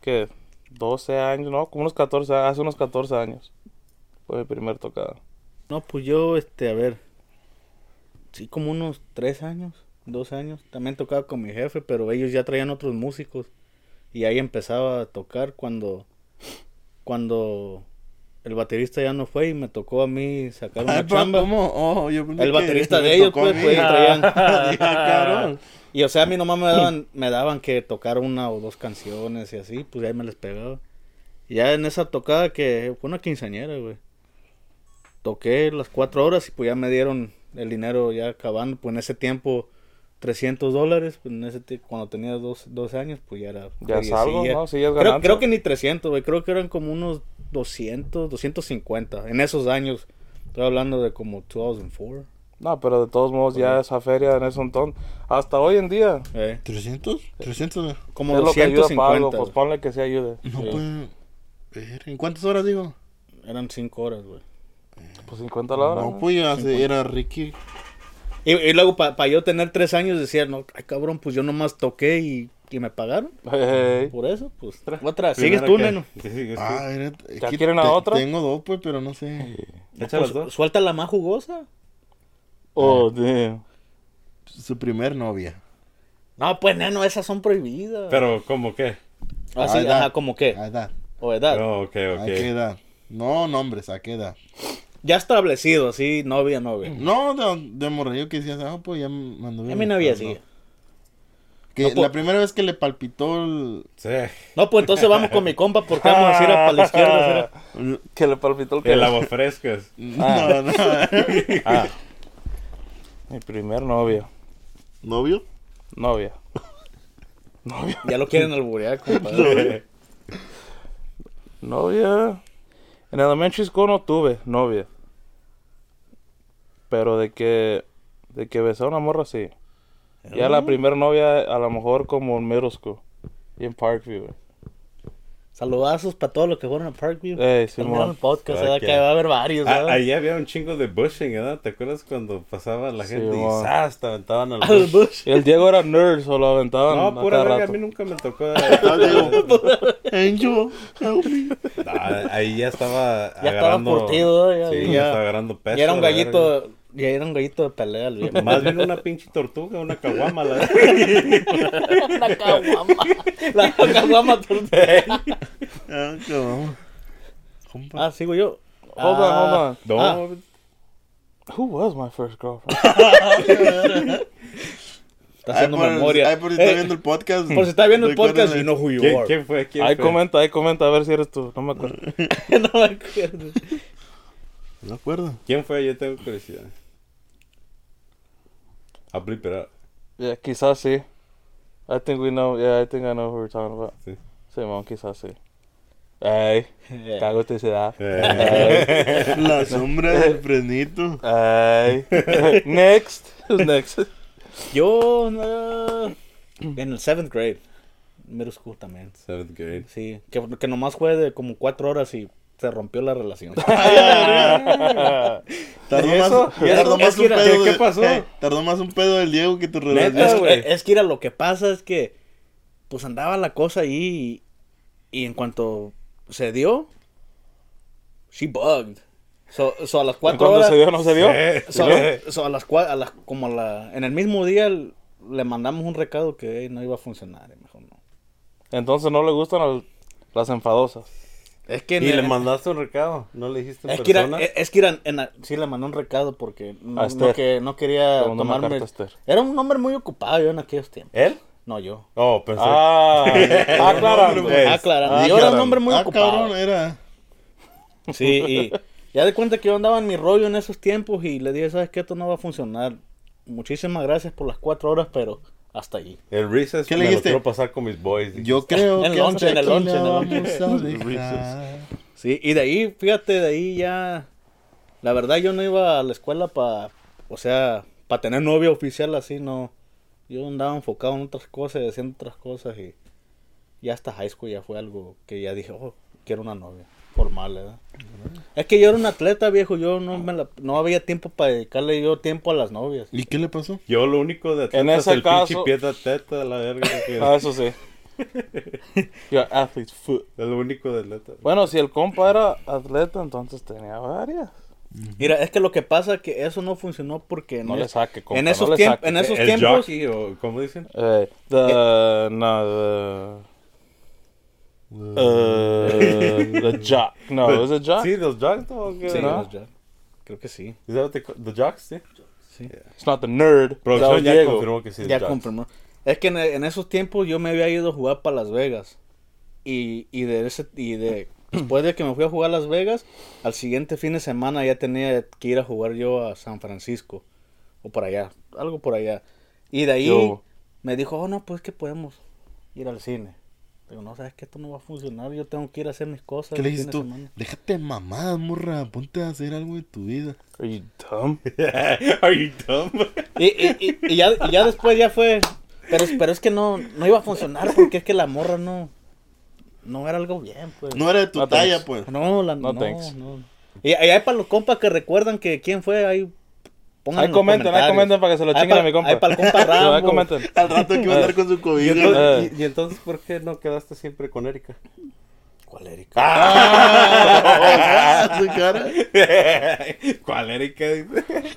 A: ¿Qué? 12 años, ¿no? Como unos 14, hace unos 14 años. Fue mi primer tocado.
C: No, pues yo, este, a ver. Sí, como unos tres años, dos años. También tocaba con mi jefe, pero ellos ya traían otros músicos. Y ahí empezaba a tocar cuando. Cuando el baterista ya no fue y me tocó a mí sacar una
E: Ay, pa,
C: chamba.
E: Ah, ¿cómo? Oh, yo pensé
C: El
E: que
C: baterista
E: me
C: de ellos,
E: tocó
C: pues,
E: a mí.
C: pues, traían.
E: Ah, cabrón.
C: Y o sea, a mí nomás me daban, me daban que tocar una o dos canciones y así, pues ahí me les pegaba. Y ya en esa tocada que fue una quinceañera, güey. Toqué las cuatro horas y pues ya me dieron el dinero ya acabando. Pues en ese tiempo, 300 dólares. Pues en ese tie- cuando tenía dos, 12 años, pues ya era.
A: Ya es algo,
C: feriecilla.
A: ¿no? Sí, ya es
C: creo,
A: ganancia.
C: creo que ni 300, güey. Creo que eran como unos 200, 250. En esos años, estoy hablando de como 2004.
A: No, pero de todos modos, ya esa feria en ese montón. Hasta hoy en día,
C: Eh,
E: ¿300? ¿300?
C: como
A: es lo que ayuda para
C: 250.
A: algo, pues
C: güey.
A: ponle que sí ayude.
E: No, pues. ver, ¿En cuántas horas digo?
C: Eran cinco horas, güey.
A: Pues 50 la hora.
E: No,
A: ¿no?
E: pues ya se- era Ricky.
C: Y, y luego, para yo tener tres años, decía, no, ay, cabrón, pues yo nomás toqué y, y me pagaron.
A: Ey,
C: Por eso, pues. Otra, sigues
B: Primero
C: tú,
B: que-
C: neno.
B: Sí, sigues tú.
E: Ah, era. es
A: ¿Ya
E: que
A: quieren a
E: te-
A: otra?
E: Tengo dos, pues, pero no sé.
B: Echa las
C: Pues,
B: dos.
C: suelta la más jugosa.
A: Oh,
C: eh.
A: damn.
E: Su primer novia.
C: No, pues, neno, esas son prohibidas.
B: Pero, ah, ¿cómo qué?
C: Así,
E: A edad.
C: ajá, como qué.
E: A edad.
C: O edad.
B: No, ok,
E: ¿A qué
B: ok.
E: edad? No, nombres, ¿a qué edad?
C: Ya establecido, así, novia, novia.
E: No, de, de morrillo que decías, ah, pues ya me anduve
C: A mi novia sí.
E: gustando. Que
C: No, po-
E: la primera vez que le palpitó el.
B: Sí.
C: No, pues entonces vamos con mi compa porque vamos a ir a para la izquierda.
B: Ah.
C: así era.
A: Que le palpitó el que.
B: El agua frescas.
E: No, no.
B: Ah,
A: Mi primer novio.
E: ¿Novio?
A: Novia.
C: Ya lo quieren alburear, compadre.
A: Novia. En elementary school no tuve novia. Pero de que. De que besé a una morra, sí. Ya
C: Mm.
A: la primera novia, a lo mejor como en middle school. Y en Parkview. güey.
C: Saludazos para todos los que fueron a Parkview.
B: Eh,
A: Ey,
C: Están mirando
A: Simón.
C: el podcast, ¿verdad?
B: Ok.
C: que va a haber varios.
B: Ah,
C: ¿verdad?
B: ahí había un chingo de bushing, ¿verdad? ¿Te acuerdas cuando pasaba la gente
A: mo.
B: y ¡zas! te aventaban al
C: Al
B: bush?
C: Bush.
A: El Diego era nerd, solo lo aventaban.
B: No,
A: a
B: pura
A: cada
B: verga, a
A: rato.
B: mí nunca me tocó.
E: Ah, digo, Angel, help me.
B: Ah, ahí ya estaba
C: Ya estaba
B: agarrando.
C: curtido, ¿eh? Ya-
B: sí,
C: ya-
B: ya, estaba agarrando peso.
C: Y era un
B: la verga.
C: gallito, y era un gallito de pelea, el viejo.
B: Más bien una pinche tortuga, una caguama. La... verga.
C: La caguama. La caguama tortuga.
E: Ah, cabrón. Compa.
C: Ah, sigo yo.
A: Hold on, hold on.
B: No,
C: Ah.
A: Who was my first girlfriend?
C: Está haciendo memoria.
E: Ahí por si está
C: Eh,
E: viendo el podcast.
C: por si está viendo el
E: recuérdenle.
C: podcast, you know who you
B: ¿Quién,
C: are.
B: quién fue? ¿Quién
A: Ahí
B: fue?
A: comenta, ahí comenta, a ver si eres tú. No me acuerdo.
C: no me acuerdo.
E: No me acuerdo.
B: ¿Quién fue? Yo tengo curiosidad. I'll bleep it out.
A: Yeah, quizás sí. I think we know, yeah, I think I know who we're talking about.
B: Sí.
A: Simón, quizás sí. Ey, cago en tu ciudad.
B: Eh,
E: La sombra del fresnito.
A: Ey. Next. Who's next?
C: Yo no, en el seventh grade, middle school también.
B: seventh grade.
C: Sí, que, que nomás fue de como cuatro horas y se rompió la relación.
E: Tardó
A: ¿Y eso?
E: más,
A: ¿Y eso?
E: tardó más
C: Es
E: un
C: que era-
E: pedo.
A: ¿qué
E: de-
A: pasó?
E: eh, tardó más un pedo del Diego que tu
C: es,
E: relación.
A: güey.
C: Pues, es- es que era lo que pasa es que pues andaba la cosa ahí y, y en cuanto se dio, she bugged. So, so a las cuatro
A: Cuando
C: horas.
A: se dio, no se dio.
C: so- so a las cua- a las- como a la, en el mismo día l- le mandamos un recado que "Ey, no iba a funcionar, y mejor no.
A: Entonces no le gustan al- las enfadosas.
C: Es que
B: ¿Y
C: en-
B: le
C: en-
B: mandaste un recado? ¿No le dijiste en
C: es que era, e-
B: persona?
C: es- es que era en la- sí le mandó un recado porque no,
A: A
C: no
A: Esther.
C: que, no quería
A: Le mandó una
C: tomarme.
A: carta a Esther.
C: Era un hombre muy ocupado yo en aquellos tiempos.
B: ¿Él?
C: No yo.
B: Oh, pensé.
A: Ah, aclarando.
B: Es-
C: Aclarando.
E: Ah,
C: yo era un
E: cabrón.
C: hombre muy
E: Ah,
C: ocupado.
E: cabrón, era.
C: Sí, y ya de cuenta que yo andaba en mi rollo en esos tiempos y le dije, ¿sabes qué? Esto no va a funcionar. Muchísimas gracias por las cuatro horas, pero hasta allí.
B: El recess ¿Qué
E: ¿Qué le
B: me lo
E: dijiste?
B: quiero pasar con mis boys. dije.
E: Yo creo
C: En el
E: que
C: lonche,
E: hasta
C: en el
E: aquí
C: lonche,
E: la
C: en el lonche.
E: vamos a dejar.
C: Sí, y de ahí, fíjate, de ahí ya... La verdad yo no iba a la escuela para, o sea, para tener novia oficial así, no. Yo andaba enfocado en otras cosas, y haciendo otras cosas y ya hasta high school ya fue algo que ya dije, oh, quiero una novia formal, ¿verdad? Es que yo era un atleta viejo, yo no, me la- no había tiempo para dedicarle yo tiempo a las novias.
E: ¿Y qué le pasó?
B: Yo lo único de atleta
A: En
B: es
A: ese
B: el pinche
A: caso-
B: pie de atleta, la verga. que-
A: Ah, eso sí. Your athlete's foot.
B: Es lo único de atleta.
A: Bueno, si el compa era atleta, entonces tenía varias.
C: Mira, es que lo que pasa es que eso no funcionó porque en
A: No le
C: es-
A: saque, compa,
C: en
A: no
C: esos,
A: le
C: tiemp-
A: saque.
C: en esos
B: ¿El
C: tiempos
B: jockey o cómo dicen?
A: Eh, the, no, the, uh, the jock. No, it was a jock.
B: Sí, los jocks. ¿no? ¿Qué?
C: Sí,
A: ¿no?
C: los jock- creo que sí.
B: Is that what they call- the jocks, sí?
C: sí.
A: It's not the nerd. that was
B: Producción ya
A: Diego.
B: confirmó que sí. es
C: ya
B: jocks.
C: confirmó. Es que en, en esos tiempos yo me había ido a jugar para Las Vegas y, y de ese y de después de que me fui a jugar a Las Vegas al siguiente fin de semana ya tenía que ir a jugar yo a San Francisco o por allá, algo por allá. Y de ahí
A: Yo.
C: me dijo, oh no, pues que podemos ir al cine. Digo, no, sabes que esto no va a funcionar, yo tengo que ir a hacer mis cosas.
E: ¿Qué le
C: el fin
E: dijiste
C: de
E: tú?
C: semana".
E: Déjate mamadas, morra. Ponte a hacer algo de tu vida.
A: Are you dumb?
B: Are you dumb?
C: Y, y- y- y ya, y ya después ya fue. Pero, pero es que no, no iba a funcionar porque es que la morra no. No era algo bien, pues.
E: No era de tu
A: No,
E: talla,
A: thanks.
E: pues.
C: No, la,
A: No,
C: no,
A: thanks.
C: no. Y, y ahí para los compas que recuerdan que quién fue, ahí pongan
A: Ahí
C: en los
A: comenten, ahí
C: Mm, comentarios.
A: comenten para que se lo
C: Ahí
A: chinguen
C: pa-
A: a mi compa.
C: Ahí para el compa Rambo.
A: Ahí comenten.
E: Al rato que iba a andar con su
B: ¿Y
A: Eh.
E: cobija.
B: entonces, y- y entonces, ¿por qué no quedaste siempre con Erika?
C: ¿Cuál Eric?
E: Ah, su cara.
B: ¿Cuál Erika? dice?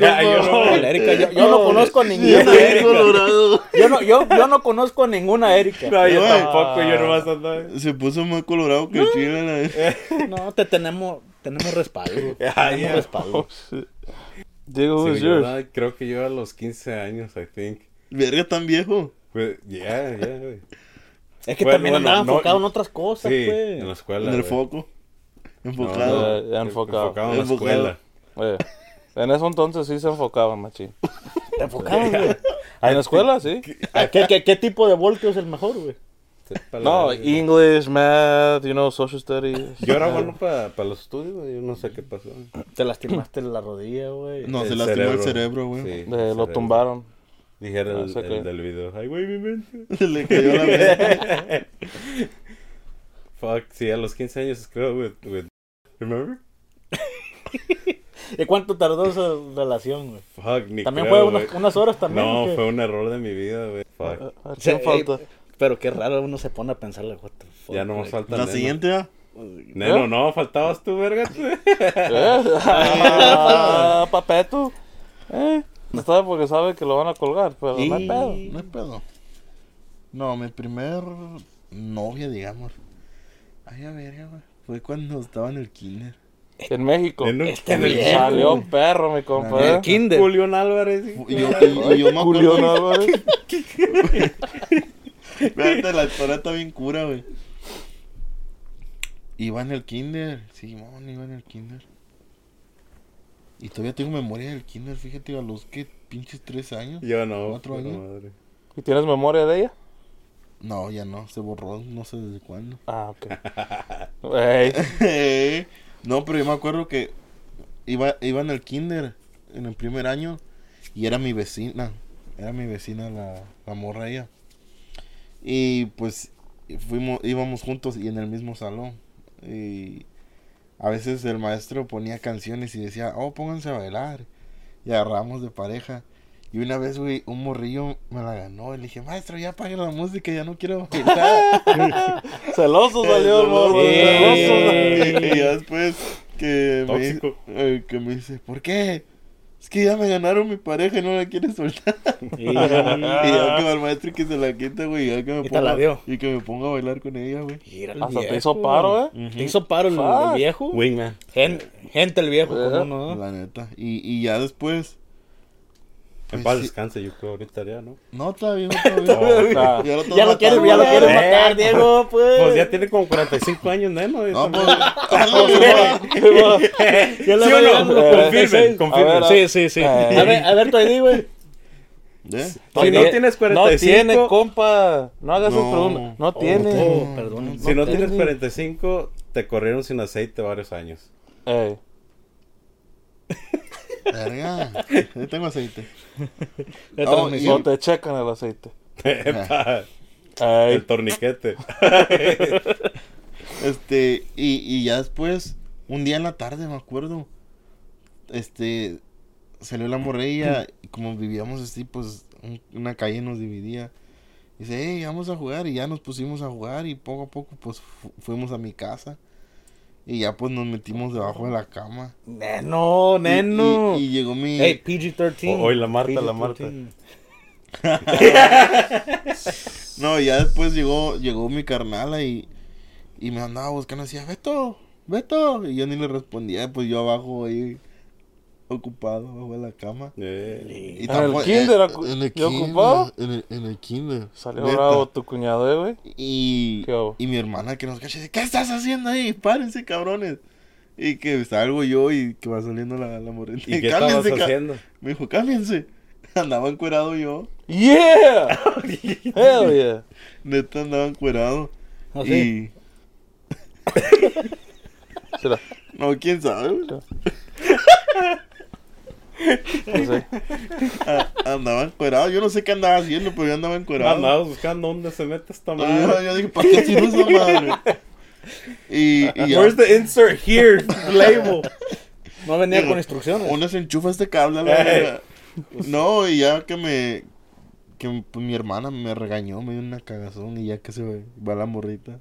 B: Ya, yo no-
C: ¿Cuál Erika? Yo, yo
A: Oh,
C: no conozco a
E: Y
C: ninguna
E: está bien
C: Erika.
E: colorado.
C: Yo no, yo, yo no conozco a ninguna Erika.
B: No, yo
E: Ay.
B: tampoco, yo nomás andaba.
E: Se puso más colorado que el chile. la-
C: No, te tenemos, tenemos respaldo.
B: Ah,
C: Tenemos
B: ya.
C: respaldo.
A: Oh, Diego, who's
B: Sí, yo,
A: yours?
B: ¿verdad? creo que yo a los 15 años, I think.
E: Verga, tan viejo.
B: Pues, yeah, yeah, güey.
C: Es que
B: Bueno,
C: también
B: bueno,
C: andaba
B: no-
C: enfocado en otras cosas,
B: Sí,
C: pues.
B: en la escuela.
E: En el
B: güey.
E: foco.
B: No,
E: Enfocado.
A: no, ya enfocado.
B: Enfocado en la
E: Enfocado.
B: escuela.
A: Eh, en ese entonces sí se enfocaban, machín.
C: Te enfocabas, güey.
A: En la escuela, sí.
C: ¿Qué, qué, qué tipo de voltio es el mejor, güey?
B: Sepa la
A: No,
B: verga.
A: English, math, you know, social studies.
B: Yo era bueno para los estudios, güey, yo no sé qué pasó.
C: Te lastimaste la rodilla, güey.
E: No,
B: El
E: se lastimó el cerebro, güey.
B: Sí, el
A: Eh,
B: cerebro.
A: lo tumbaron.
B: Dijera
A: Ah,
B: el,
A: se
B: el
A: cree.
B: del video. Ay, güey, mi mente.
E: Se le cayó la mente.
B: Fuck, sí, a los 15 años creo, with, with... Remember?
C: ¿Y cuánto tardó esa relación, güey?
B: Fuck, ni
C: También
B: creo,
C: fue unas,
B: güey.
C: unas horas también.
B: No,
C: ¿o qué?
B: fue un error de mi vida, güey. Fuck.
A: Eh, ¿a
C: O sea,
A: ¿Quién falta?
C: eh, pero qué raro, uno se pone a pensar, like, what the fuck,
B: Ya no más
C: güey.
B: falta
E: La
B: Neno.
E: siguiente, ¿ah?
B: Neno, no, faltabas tú, verga. tú.
A: ¿Eh? Ah, Papeto. ¿Eh? No sabe porque sabe que lo van a colgar, pero no hay
C: Y-
A: pedo.
E: No hay pedo. No, mi primer novia, digamos. Ay, a verga, güey. Fue cuando estaba en el kinder.
A: En México.
B: En un-
C: Este
B: en el-
C: viejo.
A: Salió perro, mi compa.
E: En
A: ¿eh?
E: el
C: Kinder.
B: Julián Álvarez.
E: Y yo, y- y yo me acuerdo.
A: Julián Álvarez.
E: Espérate, la historia está bien cura, güey. Iba en el kinder, Simón, iba en el kinder. Y todavía tengo memoria del kinder, fíjate, a los que pinches tres años.
B: Yo no.
E: ¿Cuatro
B: pero
E: años?
B: madre.
A: ¿Y tienes memoria de ella?
E: No, ya no, se borró, no sé desde cuándo.
A: Ah, ok. Ey,
E: no, pero yo me acuerdo que iba, iba en el kinder, en el primer año, y era mi vecina, era mi vecina la, la morra ella. Y pues fuimos, íbamos juntos y en el mismo salón. Y a veces el maestro ponía canciones y decía, oh, pónganse a bailar. Y agarramos de pareja. Y una vez, güey, un morrillo me la ganó. Y le dije, maestro, ya apague la música, ya no quiero bailar.
A: celoso salió el morro.
C: Eh.
A: Celoso.
E: Y ya después que me,
B: Tóxico.
E: eh, que me dice, ¿por qué? Es que ya me ganaron mi pareja y no la quiere soltar.
C: Y-
E: Y ya que va el maestro y que se la quita, güey. ya que me
C: Ah. Y te
E: ponga-
C: la dio.
E: Y que me ponga a bailar con ella, güey.
C: Mira el
A: Hasta te
C: viejo.
A: hizo paro, ¿eh?
C: Te hizo paro el, el
A: Fuck.
C: viejo.
B: Wingman.
C: Gen- gente el viejo,
A: Eh.
C: ¿cómo no?
E: La neta. Y, y ya después.
B: En
E: pues,
B: paz
E: sí-
B: descanse, yo creo ahorita ya, ¿no?
E: No, todavía, no, todavía.
A: Ah.
E: Ya lo,
C: Ya lo quiere, ya lo quiere
B: Eh.
C: matar, Diego, pues.
B: Pues ya tiene como 45 años, ¿no?
E: No, pues. ¿eh?
B: También.
C: Ya le
B: ¿Sí
C: va
B: o no?
C: llegando los
A: Eh,
C: 46.
B: confirmen, confirmen.
A: a ver.
C: Sí, sí, sí.
A: Eh.
C: A ver, a ver tu ID, güey.
E: ¿Eh?
B: Si no
A: tie-
B: tienes
A: No
B: 45.
A: tiene, compa. No hagas
E: No.
A: un pregunta. No tiene.
C: Oh, perdón.
B: Si no tienes
A: tiene.
B: 45, te corrieron sin aceite varios años.
A: Ey.
E: Verga. Yo tengo aceite.
C: Ya
E: No,
C: transmisión.
E: y-
A: No te checan el aceite.
B: Epa, El
A: Ey.
B: torniquete.
E: Este, y, y ya después, un día en la tarde, me acuerdo, este, salió la morrilla, y como vivíamos así, pues, un- una calle nos dividía. Dice, hey, vamos a jugar, y ya nos pusimos a jugar, y poco a poco, pues, fu- fuimos a mi casa. Y ya, pues, nos metimos debajo de la cama.
C: Neno,
E: Y-
C: neno.
E: Y, y llegó mi...
C: Ey,
B: O-
C: PG-13.
B: Oh, Hoy la Marta, la
C: PG-13.
B: Marta.
E: No, y ya después llegó, llegó mi carnala y, y me andaba buscando, decía, Beto, Beto. Y yo ni le respondía, pues yo abajo ahí, ocupado, abajo de la cama.
B: Eh,
E: Y
A: ¿En
E: tampoco-
A: el kinder
E: eh,
A: ocu-
E: en el
A: y
E: kinder,
A: ocupado?
E: En el, en el kinder.
A: Salió
E: neta.
A: bravo tu cuñado, eh, güey.
E: Y,
A: ¿Qué hago?
E: y mi hermana que nos cacha dice, ¿qué estás haciendo ahí? Párense, cabrones. Y que salgo yo y que va saliendo la, la morrita.
B: ¿Y qué estabas
E: ca-".
B: haciendo?
E: Me dijo, cámbiense. Andaba encuerado yo.
A: Yeah! Hell yeah.
E: Neta andaba encuerado.
C: ¿Ah,
E: y...
C: sí?
A: Será.
E: No, quién sabe. güey.
A: No sé.
E: Ah, andaba encuerado. Yo no sé qué andaba haciendo, pero yo andaba encuerado.
B: Andabas buscando dónde se mete esta
E: No, yo,
B: madre.
E: yo dije, ¿para qué sirve esa madre? Y, y ya.
B: Where's the insert here label?
C: No venía
E: Digo,
C: con instrucciones.
E: Una se enchufa este cable a la
B: Ey.
E: verga. No, y ya que me. Que pues, mi hermana me regañó, me dio una cagazón y ya que se va la morrita.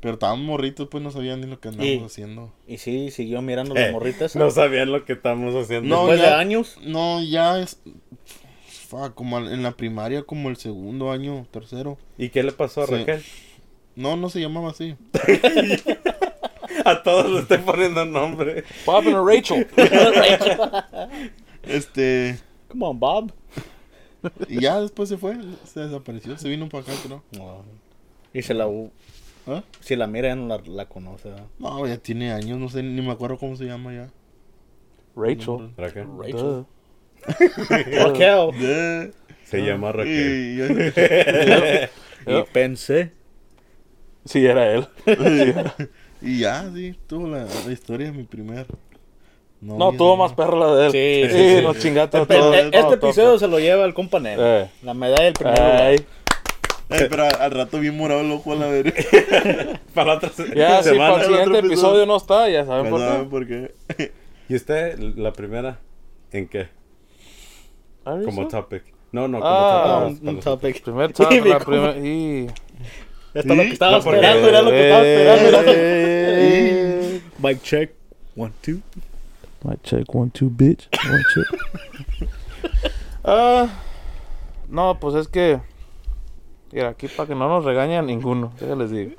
E: Pero estábamos morritos, pues no sabían ni lo que andábamos
C: Sí.
E: haciendo.
C: Y sí, siguió mirando
B: Eh,
C: las morritas.
B: No sabían lo que estamos haciendo.
E: No,
C: Después de
E: ya-
C: años.
E: No, ya es. fa, como al- en la primaria, como el segundo año, tercero.
B: ¿Y qué le pasó a
E: Sí.
B: Raquel?
E: No, no se llamaba así.
B: A todos le estoy poniendo nombre.
A: Bob and Rachel.
E: Este.
C: Come on, Bob.
E: Y ya después se fue, se desapareció, se vino para acá, creo.
C: Y se la... ¿eh?
E: ¿Ah?
C: Si la mira ya no la, la conoce. ¿verdad?
E: No, ya tiene años, no sé, ni me acuerdo cómo se llama ya.
A: Rachel.
B: Raquel.
A: Duh.
C: Raquel.
E: De-
B: Se llama Raquel.
E: Ah, Y, yo-
C: Y pensé.
A: Sí, era él.
E: y ya, sí, tuvo la, la historia de mi primer.
A: No, tuvo más perro la de él.
C: Sí,
A: Sí,
C: sí, sí,
A: nos chingaste a
C: Pero,
A: todos.
C: eh, este
A: No,
C: episodio se lo lleva el compa Neno.
A: Eh.
C: La medalla del
A: toca.
C: primer lugar.
A: Ay,
E: Eh, pero al, al rato bien morado el ojo a la verga.
B: Para la otra se-
A: Ya, si para
B: semana.
A: el siguiente
E: otro episodio.
A: episodio no está, ya saben
E: No
A: por
E: saben
A: qué.
E: por qué.
B: ¿Y usted, la primera, en qué?
A: Ay,
B: Como
A: sí.
B: topic. No, no, como
A: Ah,
B: topic.
C: Un topic.
A: Primer chat,
C: Y mi
A: la
C: compa-
A: primera. Y.
C: Esto es lo que estaba
B: No, porque-
C: esperando, era lo que estaba esperando. era lo que-
A: Eh.
C: Mic check. One, two.
A: Mic check, one, two, bitch. One check. Ah, no, pues es que. Mira, aquí para que no nos regañen ninguno, ya les digo.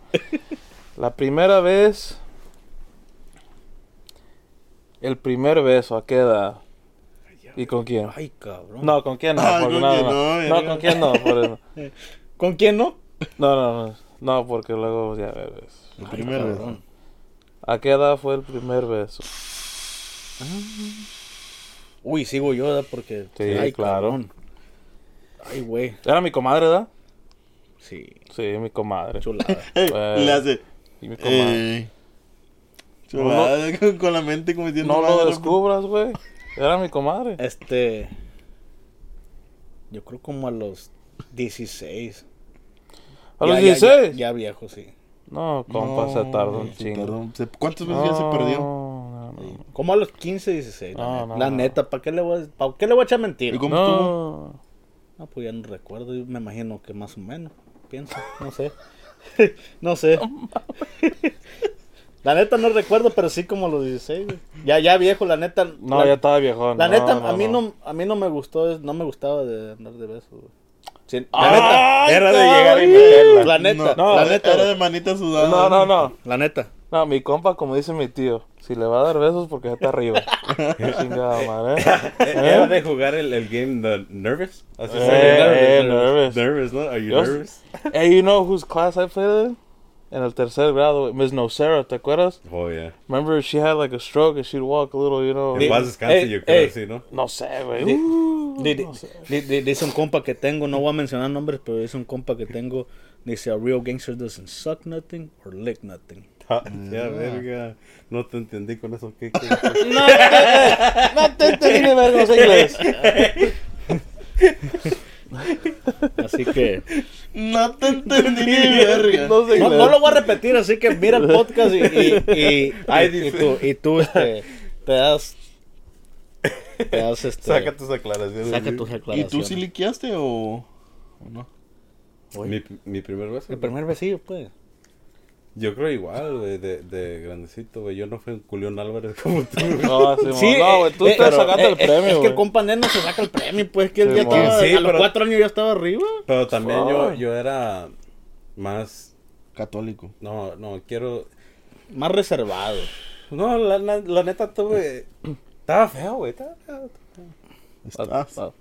A: La primera vez. El primer beso, ¿a qué edad? ¿Y con quién?
C: Ay, cabrón.
A: No, ¿con quién no?
E: Ay,
A: porque
E: ¿con
A: no,
E: quién
A: no.
E: no? Ya
A: No,
E: no.
A: ¿con quién no? Por eso.
C: ¿Con quién no?
A: No, no, no. No, porque luego ya ves.
E: El primer beso.
A: ¿A qué edad fue el primer beso?
C: Uy, sigo yo, ¿verdad? Porque.
A: Sí,
C: ay,
A: claro.
C: cabrón. Ay, güey.
A: Era mi comadre, ¿verdad?
C: Sí,
A: Sí, mi comadre.
C: chulada.
E: Eh,
A: Pues,
E: le hace.
A: Y mi comadre.
E: Eh, chulada, con, con la Eh, mente como diciendo.
A: no
E: "Madre,
A: lo descubras, güey. Era mi comadre.
C: Este. Yo creo como a los 16.
A: ¿A
C: Ya-
A: los
C: ya-
A: 16?
C: Ya, ya viejo, sí.
A: No, compa, se tardó un
E: se
A: chingo.
E: tardó un- se- ¿Cuántos
A: No,
E: veces ya se perdió?
A: no, no.
C: Como a los 15, 16. La,
A: No,
C: neta.
A: no,
C: La
A: no.
C: neta, ¿para qué, le voy a- pa' qué le voy a echar mentira?
E: ¿Y cómo
A: No.
E: estuvo?
C: No, pues ya no recuerdo. Yo me imagino que más o menos. Pienso, no sé. no sé. la neta no recuerdo, pero sí como a los 16. güey. Ya, ya viejo, la neta.
A: No,
C: la-
A: ya estaba viejón.
C: La
A: No,
C: neta, a mí no. a mí no me gustó, no me gustaba de andar de besos, güey. Sí, la
A: ¡Ay,
C: neta, era de llegar y
A: cabrón!
C: meterla. La neta,
E: no,
C: la
E: era-
C: neta,
E: Era
C: güey.
E: de manita sudada.
A: No, no, no.
C: la neta.
A: No, mi compa, como dice mi tío, si le va a dar besos porque ya está arriba. Chingada madre. ¿eh?
B: Eh, Era de jugar el, el game the Nervous. Así
A: Eh,
B: se llama,
A: eh, nervous.
B: nervous. Nervous, ¿no? Are you
A: Yo-
B: nervous?
A: Hey, you know whose class I played in? En el tercer grado, güey, Miss Nocera, ¿te acuerdas?
B: Oh, yeah.
A: Remember, she had like a stroke and she'd walk a little, you know.
B: En paz descanse,
C: eh,
B: yo creo,
C: eh.
B: sí, ¿no?
A: No sé, güey.
C: Di-
A: Uh,
C: Di- di-
A: no sé.
C: di- di- Dice un compa que tengo, no voy a mencionar nombres, pero dice un compa que tengo, dice, a real gangster doesn't suck nothing or lick nothing.
B: Ah, Ya, verga. No te entendí con eso. ¿Qué, qué-
A: No te, no te entendí de vergos inglés.
C: Así que
E: No te entendí ni verga.
A: No sé
C: no,
A: inglés.
C: no lo voy a repetir, así que mira el podcast y, y, y-
B: Ay,
C: y- y
B: dice.
C: tú, y tú, este, te das, te das, este,
B: Saca tus aclaraciones.
C: saca
B: güey.
C: tus
E: ¿Y
C: aclaraciones.
E: tú sí liqueaste o, o no?
B: Mi, mi primer beso.
C: El primer besillo, pues.
B: Yo creo igual, güey, de, de grandecito, güey. Yo no fui un culión Álvarez como tú.
A: No, Simón, no, güey, tú
C: eh,
A: te
C: pero,
A: sacaste
C: eh,
A: el
C: eh,
A: premio,
C: Es que
A: güey.
C: el compa Neno se saca el premio, pues, que él
A: Sí,
C: ya
A: mo.
C: estaba,
B: Sí,
C: a los
B: pero-
C: cuatro años ya estaba arriba.
B: Pero también yo,
A: Ay.
B: yo era más...
E: Católico.
B: No, no, quiero...
C: Más reservado.
B: No, la, la, la neta tuve... Estaba feo, güey. Estaba feo.
E: Estás.
A: Ah.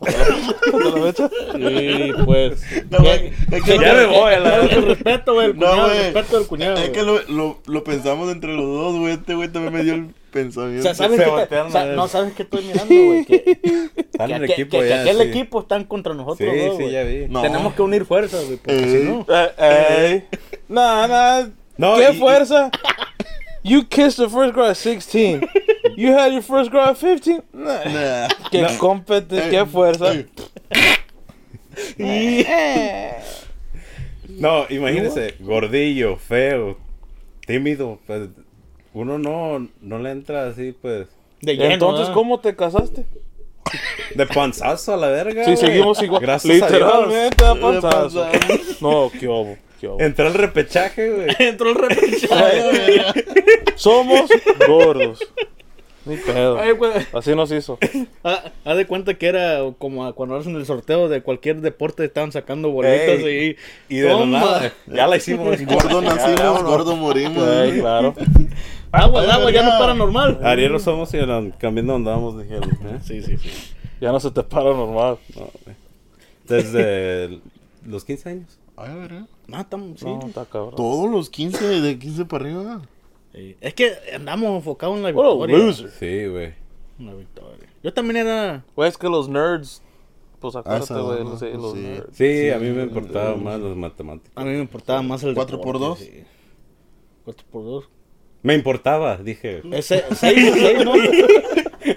A: ¿Te lo echas?
C: Sí, pues.
E: No, güey, es que-
C: Ya me voy, la verdad. El respeto, güey. El
E: No,
C: cuñado,
E: güey.
C: el respeto del cuñado.
E: Es que
C: güey.
E: lo, lo, lo pensamos entre los dos, güey. Este güey también me dio el
C: O
E: pensamiento.
C: sea, ¿sabes
B: se
C: qué? te-
B: voltearon
C: o sea,
B: a ver.
C: no sabes qué estoy mirando, güey. Que, que,
B: Están en el
C: que-
B: equipo
C: que- que
B: ya,
C: aquel
B: sí.
C: equipo están contra nosotros,
B: Sí,
C: dos,
B: sí,
C: güey.
B: ya vi.
E: No.
C: Tenemos que unir fuerzas, güey, porque
E: Eh.
C: si no.
A: Eh, eh. Nah, nah.
B: No,
A: ¿Qué
B: y- y-
A: fuerza? You kissed the first girl at 16. You had your first girl at 15? Nah.
E: Nah.
A: Qué competen-
C: Eh,
E: Eh,
A: qué fuerza.
E: Ey.
B: No, imagínese, gordillo, feo, tímido, pues uno no, no le entra así, pues,
C: De lleno,
A: Entonces,
C: ¿verdad?
A: ¿cómo te casaste?
B: de panzazo a la verga.
A: Si
B: güey.
A: seguimos igual.
B: Gracias a Dios.
A: Literalmente a
E: Dios.
A: panzazo.
E: De panzazo.
A: No, qué obo, qué obo.
B: Entré al repechaje, güey.
C: Entró el repechaje.
A: Somos gordos. Ni pedo.
C: Ay, güey.
A: Así nos hizo.
C: Ah, Haz pues, de cuenta que era como a cuando hacen el sorteo de cualquier deporte, estaban sacando bolitas
B: Ey,
C: y.
B: Y de la
C: Toma.
B: nada, ya la hicimos.
E: Gordo nacimos, gordo morimos.
A: Ay, claro.
C: Agua, el agua, ya no
E: Ah.
C: es paranormal.
B: Ariel no somos y andan- cambiando andábamos, dijeron. ¿eh?
C: Sí, sí, sí.
A: Ya no se te para normal.
B: No, güey. Desde el- los 15 años.
E: Ay, verga.
C: No, estamos, sí.
A: No, está cabrón.
E: Todos los 15, de 15 para arriba.
C: Sí. Es que andamos enfocados en la
A: What a
C: victoria.
A: loser.
B: Sí, güey.
C: Una victoria. Yo también era.
A: Güey, es que los nerds. Pues
E: esa
A: acuérdate, güey.
E: onda,
A: sí, los
E: sí.
A: nerds.
B: Sí, a mí me importaba más los matemáticos.
C: A mí me importaba más el.
E: ¿Cuatro por dos?
C: 4 por 2
B: Me importaba, dije.
C: Ese, seis, seis, ¿no?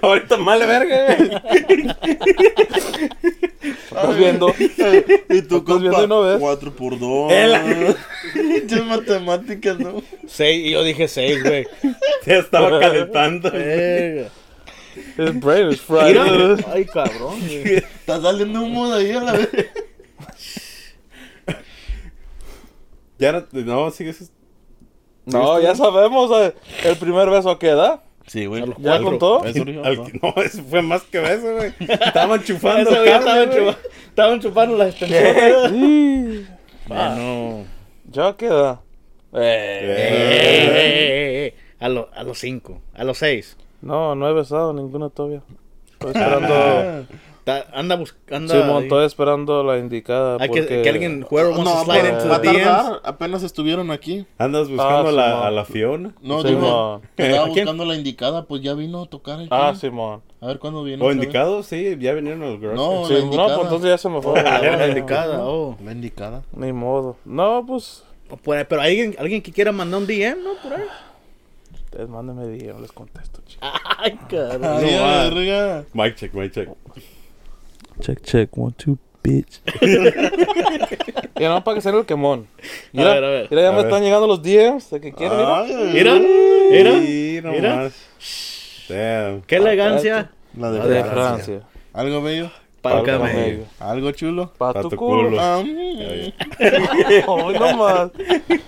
B: Ahorita mal verga, güey.
A: Estás viendo.
E: Eh, y
A: Estás
E: tú,
A: viendo y
E: compa,
A: no ves.
E: 4 por 2.
B: Ela.
E: Muchas matemáticas, ¿no?
C: Seis, y yo dije seis, güey.
B: Ya estaba calentando.
C: Verga.
A: His brain is fried.
C: Mira, Ay, cabrón. güey.
E: Está saliendo humo de ahí a la vez.
B: Ya no, no sigues.
A: No, ya sabemos eh, el primer beso que da.
E: Sí, güey.
C: A los
A: ¿Ya
C: cuatro.
A: contó?
E: Eso arriba,
B: Al-
E: ¿no?
B: no, eso fue más que eso, güey. Estaban chufando.
C: Ese, güey, ya
B: cable,
C: estaban,
B: güey.
C: chupa- estaban chupando las extensiones.
A: Sí.
C: Bueno.
A: Ah. ¿Ya qué da?
C: Eh,
A: Eh.
C: eh, eh, eh. A, lo- a los cinco. A los seis.
A: No, no he besado ninguna todavía.
C: Ah.
A: Estoy esperando.
C: Ta- anda buscando.
A: Simón, estoy esperando la indicada.
C: Hay Ah, que,
A: porque...
C: que alguien, whoever wants
E: No,
C: to slide
E: pero
C: into
E: va
C: the
E: a
C: DMs.
E: tardar. Apenas estuvieron aquí.
B: ¿Andas buscando a,
A: Simón.
B: la, a la Fiona?
E: No,
A: Simón.
E: digo, que estaba
B: ¿A quién?
E: buscando la indicada, pues ya vino a tocar aquí.
A: Ah, Simón.
E: A ver cuándo viene.
B: ¿O
E: otra vez.
B: indicado? Sí, ya vinieron los garage.
E: No,
A: Sí,
E: la
A: no,
E: indicada.
A: pues entonces ya se me fue.
C: Oh, Ah,
A: la
C: la
A: hora.
C: indicada, oh.
E: La indicada.
A: Ni modo. No, pues.
C: Por- Pero hay alguien, alguien que quiera mandar un DM, ¿no? Por ahí.
A: Ustedes mándenme DM, les contesto, chico.
C: Ay, cabrón.
E: Ay,
B: No,
E: a
B: ah.
E: la verga.
B: Mic check, mic check.
A: Check, check, one, two, bitch. y no para que sea el quemón. Mira,
C: A ver, Ah. a ver.
A: mira, ya
B: A
A: me
B: ver.
A: están llegando los DMs de que quieren, mira.
E: Ay, ay,
C: Mira, mira.
B: Sí, no
C: mira.
B: más. Damn.
C: Qué elegancia.
E: La
A: La de Francia.
E: ¿Algo bello?
C: Para
A: Pa'l
C: camello.
A: camello.
E: ¿Algo chulo?
A: Pa'
B: Pa'
A: tu
B: tu
A: culo.
B: culo.
E: Ah, mm.
A: Ay, no más.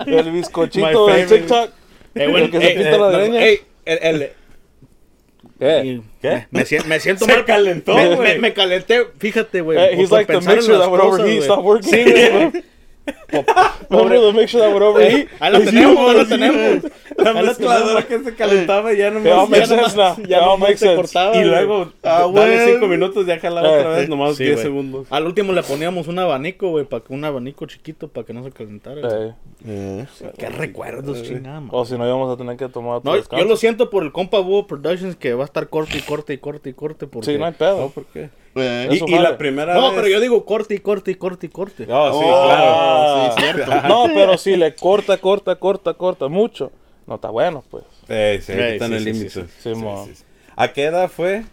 A: El bizcochito
C: Oh, My
A: del
C: favorite.
A: TikTok.
C: Eh,
A: El que se
C: eh,
A: pinta la
C: eh, no,
A: greña.
C: ey, el- el-
A: ¿Qué?
C: y-
B: ¿Qué?
C: Me, sien- me siento
B: Se
C: mal.
B: calentó,
C: me,
B: güey.
C: me- me calenté. Fíjate, güey.
A: Hey, he's
C: por
A: like the
C: pensar en
A: mixture
C: pues las
A: that would
C: cosas,
A: overheat.
C: güey.
A: Stop working.
C: Sí, güey. Eh.
A: Remember the mixture that would overheat?
C: Ahí lo tenemos, ahí lo tenemos.
B: La
C: Ahí lo tenemos.
B: mezcladora que se calentaba ya no
A: It all
B: me
A: makes sense now. It all
C: nomás
A: makes
C: se
A: sense.
C: cortaba,
B: Y
C: güey.
B: luego,
E: Ah,
B: dale
E: güey.
B: cinco minutos, ya jalaba
A: Eh,
B: otra vez, nomás
C: Sí,
B: 10
C: güey. Ah,
B: segundos.
C: Al último le poníamos un abanico, güey, para que un abanico chiquito para que no se calentara. güey.
A: Eh,
E: Eh,
C: Qué recuerdos, chingada. madre.
A: O si no, íbamos a tener que tomar otro
C: No, yo
A: descanso.
C: lo siento por el compa Búho Productions que va a estar corte y corte y corte y corte porque...
A: Sí, no hay pedo.
B: No,
C: pues,
B: ¿por qué?
E: eh.
A: Eso
B: Y, y
A: vale.
B: la primera
C: No,
B: vez...
C: pero yo digo corte y corte y corte y corte.
B: Oh, sí,
E: Oh,
B: claro.
C: Ah.
E: sí, cierto.
A: Ah, No, pero si le corta, corta, corta, corta mucho, no está bueno, pues.
B: Eh, sí,
C: Ey,
B: ahí están
C: sí,
B: el
C: sí,
B: límite.
C: sí,
A: sí. Simón.
B: sí, sí. ¿A qué edad fue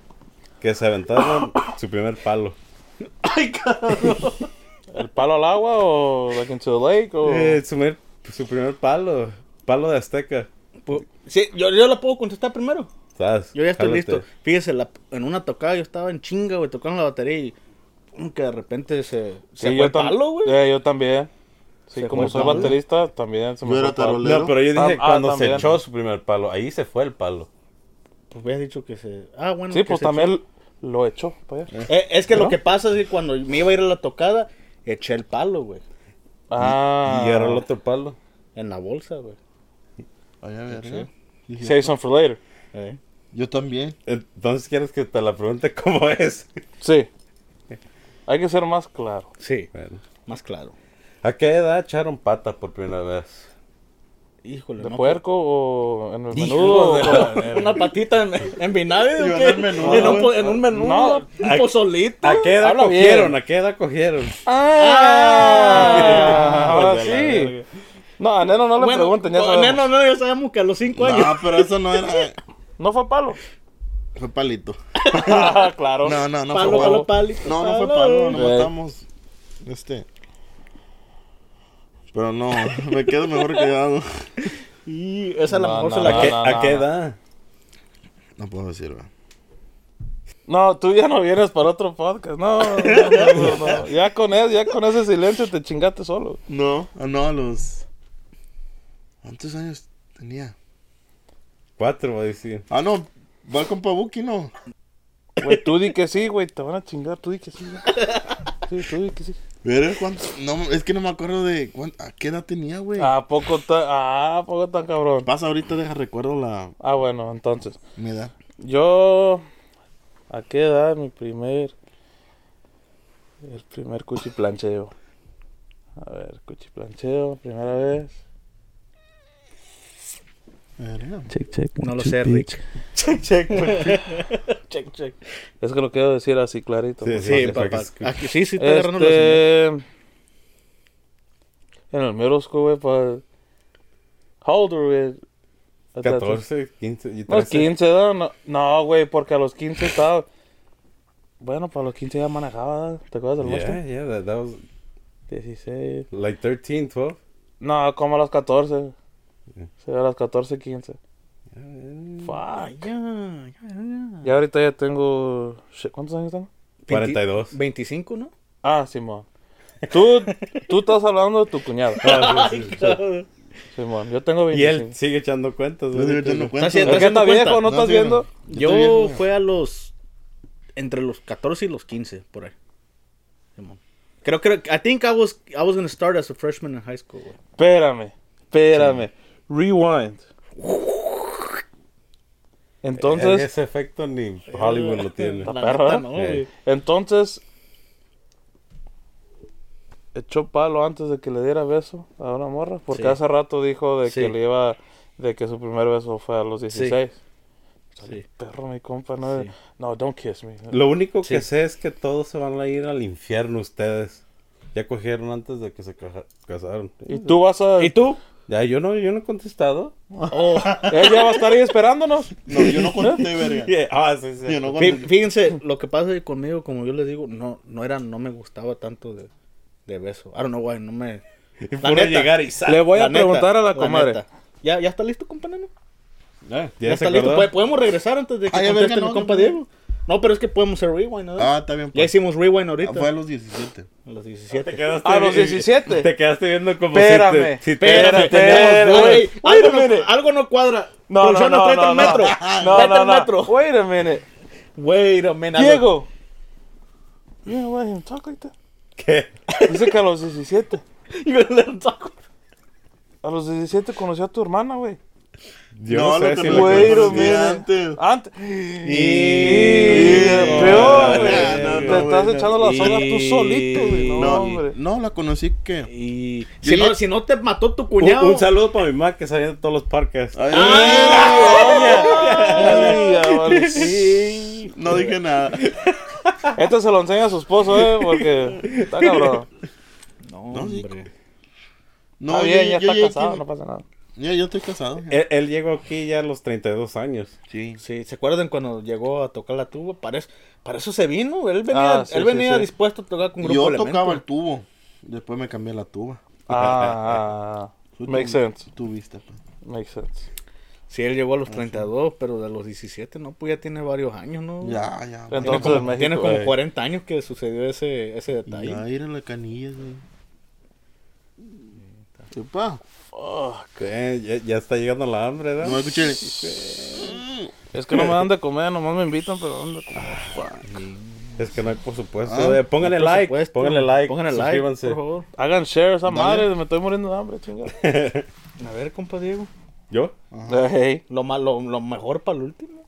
B: que se aventaron su primer palo?
A: ¿El palo al agua o like into the lake?
C: Oh.
A: O...
B: Eh, su, primer, su primer palo, palo de Azteca.
C: Pu- Sí, yo, yo la puedo contestar primero.
B: ¿Sabes?
C: Yo ya estoy
B: Jálate.
C: listo. Fíjese, la- en una tocada yo estaba en chinga, güey, tocando la batería y... pum, que de repente se...
A: Sí,
C: Se fue el
A: tam-
C: palo, güey.
A: Eh, yo también. Sí,
C: Se
A: como
C: fue el
A: soy
C: palo.
A: baterista, también se me
E: Yo era
A: fue el palo.
E: tarolero.
B: No, pero yo dije
A: Ah, ah,
B: cuando se
A: también.
B: echó su primer palo, ahí se fue el palo.
C: Pues habías dicho que se... Ah, bueno.
A: Sí,
C: que
A: pues
C: se
A: también lo echó pues. para allá.
C: echó. Eh, es que
A: ¿No?
C: lo que pasa es que cuando me iba a ir a la tocada, eché el palo, güey.
A: Ah.
B: Y agarró el otro palo.
C: En la bolsa, güey.
E: Ay, a ver, ¿eh? Dije,
A: Save some for later.
C: Eh.
E: Yo también.
B: Entonces, ¿quieres que te la pregunte cómo es?
A: Sí. Hay que ser más claro.
C: Sí,
B: Bueno.
C: más claro.
B: ¿A qué edad echaron pata por primera vez?
C: Híjole,
A: ¿De
C: no,
A: puerco o en el
B: Hijo
A: menudo?
B: de
A: o-
B: la
C: Una patita en, en vinagre.
E: Yo
C: ¿o
E: en
C: qué?
E: el menudo,
C: En un,
E: güey.
C: po- en un menudo,
A: No,
C: un pozolito.
B: ¿A qué edad
A: Habla bien.
B: cogieron? ¿A qué edad cogieron?
A: Ah, ahora
B: Hijos de
A: sí.
B: la
A: No, a Neno no le
C: Bueno,
A: pregunten, ya
C: con-
A: sabemos.
C: no, no, ya sabemos que a los 5 años.
E: No, pero eso no era.
A: No fue palo.
E: Fue palito.
A: Ah, claro.
E: No, no, no
C: palo,
E: fue
C: palo,
E: palo.
C: palito,
E: No, no fue palo, no matamos. Este. Pero no, me quedo mejor quedado.
C: Y esa a lo
A: No,
C: mejor
A: no,
C: se
A: no,
C: la
B: ¿A qué,
C: que.
A: no,
B: a
A: no,
B: qué
A: no.
B: edad?
E: No puedo decir, ¿verdad?
A: No, tú ya no vienes para otro podcast. No, no, no, no, no. Ya con eso, ya con ese silencio te chingaste solo.
E: No, ah, no, a los. ¿Cuántos años tenía?
B: Cuatro, va a decir.
E: Ah, no, va con Pabuki, no.
A: Güey, tú di que sí, güey, te van a chingar, tú di que sí. güey. Sí, tú di que sí.
E: Pero cuántos. No, es que no me acuerdo de. cuán- ¿A qué edad tenía, güey?
A: ¿A poco tan, ah, ¿a poco tan cabrón?
E: Pasa ahorita, deja recuerdo la.
A: Ah, bueno, entonces.
E: Mi edad.
A: Yo, ¿a qué edad mi primer, el primer cuchiplancheo? A ver, cuchiplancheo, primera vez.
E: Verga.
A: Check, check.
C: No lo sé, Rick.
B: Check, check.
C: Check, check.
A: Es que lo quiero decir así clarito.
B: Sí,
A: pues,
B: sí,
A: porque-
C: Sí,
B: Ok,
C: papá.
B: ok.
C: Aquí sí, sí, está agarrando la señal.
A: Este... En el Merosco, güey, para... How old were we at that time?
B: 14, 15 y
A: No,
B: 13.
A: 15, ¿no? No, no, güey, porque a los 15 estaba... Bueno, para los 15 ya manejaba, ¿te acuerdas del
B: Yeah,
A: Mustang?
B: yeah, that, that was
A: 16...
B: like 13, 12.
A: No, como a los 14. Sí, a los 14, 15.
C: Ay, ya, ya, ya.
A: Y ahorita ya tengo... shit, ¿Cuántos años tengo?
B: 42.
C: 25, ¿no?
A: Ah, Simón. Tú, tú estás hablando de tu cuñado. Simón, yo tengo
B: Y
A: 25.
B: él sigue echando cuentas.
E: No,
B: güey.
E: yo no cuento.
C: haciendo-
A: ¿Es que
C: haciendo
A: está viejo?
C: cuenta?
A: ¿No,
E: No,
A: estás
E: sí,
A: viendo?
E: Yo estoy
C: Yo
E: viejo.
C: fue a los. Entre los 14 y los 15, por ahí. Simón. Creo que. I think I was, I was going to start as a freshman in high school, güey.
A: Espérame, espérame. Rewind. Entonces,
B: Ese efecto ni Hollywood lo tiene.
A: La
C: La
A: perra,
C: neta,
A: ¿eh?
C: no,
B: Eh.
C: güey.
A: entonces echó palo antes de que le diera beso a una morra, porque
C: Sí.
A: hace rato dijo de
C: Sí.
A: que le iba de que su primer beso fue a los 16.
C: Sí.
A: Perro, mi compa, no,
C: Sí.
A: no, don't kiss me.
B: Lo único que
C: Sí.
B: sé es que todos se van a ir al infierno ustedes. Ya cogieron antes de que se caja- casaron.
A: Y tú vas a
C: ¿Y tú? Oh.
B: Ya, yo no, yo no he contestado.
A: ella va a estar ahí esperándonos.
E: No, yo no conté, verga.
B: Yeah, Ah, sí, sí.
E: Yo no
C: Fí-
E: conté.
C: Fíjense, lo que pasa es que conmigo, como yo les digo, no, no era, no me gustaba tanto de, de beso. I don't know why, no me.
B: Y
C: La
B: puro
C: neta.
B: llegar y sal.
A: Le voy a
C: La neta,
A: preguntar a la comadre.
C: neta. ¿Ya, ¿Ya está listo, compa Nemo?
B: Ya,
C: Ya,
B: ya se
C: está listo.
B: acordó.
C: Puede- Podemos regresar antes de que
E: Ah, ya,
C: conteste
E: verga,
C: mi
E: no,
C: compa
E: no.
C: Diego. No, pero es que podemos hacer rewind, ¿no?
E: Ah, está bien.
C: ya
E: pues.
C: hicimos rewind
E: Ah,
C: ahorita.
E: Fue a los 17.
C: A Ah, los 17.
B: Te quedaste
A: A los
B: vi-
A: 17.
B: Te quedaste viendo como
A: Espérame,
B: si te, si te-
A: espérame,
B: si teníamos
A: espérame.
B: dudas.
C: Ey,
A: Wait a
C: algo,
A: minute.
C: no, algo no cuadra.
A: No, no,
C: Producción,
A: no,
C: tráete
A: no,
C: el
A: no.
C: metro.
A: No,
C: Tráete
A: no,
C: el
A: no.
C: metro.
A: Wait a minute.
C: Wait a minute.
A: Diego. You know why him talk like that?
B: ¿Qué?
A: Dice que a los 17.
C: Yo le saco.
A: A los 17 conocí a tu hermana, güey.
B: Yo
E: No,
B: no,
E: lo
B: sé
E: que
B: si
E: me
B: lo
A: Güey,
E: acuerdo
B: conocí.
E: es
A: mire.
E: antes.
A: Antes.
B: Y-
A: Peor, güey.
E: No, no,
A: Te
E: no,
A: estás
E: güey, no.
A: echando la soga tú
C: Y-
A: solito, güey. No,
E: No,
A: hombre.
E: no, la conocí que.
C: Y
E: Yo
C: si
E: ya-
C: no, si no te mató tu
B: Un,
C: cuñado.
B: un saludo para mi mamá que sabía de todos los parques.
E: Ay,
A: Ay, ya, vale.
E: No dije nada.
A: Este se lo enseña a su esposo, eh, porque está cabrón.
C: No,
E: No, sí.
C: hombre.
E: No,
A: está
E: yo-
A: bien, ya
E: yo
A: está
E: llegué
A: casado,
E: aquí-
A: no pasa nada.
E: Ya, yo estoy casado.
B: Él, él llegó aquí ya a los 32 años.
E: Sí.
C: Sí, ¿se acuerdan cuando llegó a tocar la tuba? Para eso, para eso se vino. Él venía,
A: Ah, sí,
C: él
A: sí,
C: venía
A: sí.
C: dispuesto a tocar con un
E: Yo
C: grupo
E: tocaba el
C: Elemento.
E: tubo. Después me cambié la tuba.
A: Ah,
E: Tú
A: makes
E: tu-
A: sense,
E: Tú viste, pues.
A: makes sense.
C: Sí, él llegó a los 32, pero de los 17, no, pues ya tiene varios años, ¿no?
E: Ya, ya. pues.
A: Entonces,
C: Tiene como,
A: en México,
C: tiene como
B: eh.
C: 40 años que sucedió ese, ese
E: Ya,
C: detalle.
E: ya ir a la canilla, güey. ¿Qué pa?
B: Eh, ya, ya está llegando la hambre, ¿verdad?
E: No me escuché.
A: Es que no me dan de comer, nomás me invitan, pero dan de comer.
B: Es que no hay por supuesto.
E: Ah,
B: eh, pónganle
C: Por
B: like,
C: supuesto.
B: pónganle like,
C: Pónganle like, por
B: suscríbanse.
C: favor.
A: Hagan share esa
E: Dale.
A: madre, me estoy muriendo de hambre, chingada.
C: A ver, compa Diego.
B: ¿Yo?
A: Ey.
C: Lo, ma- lo, lo mejor para el último.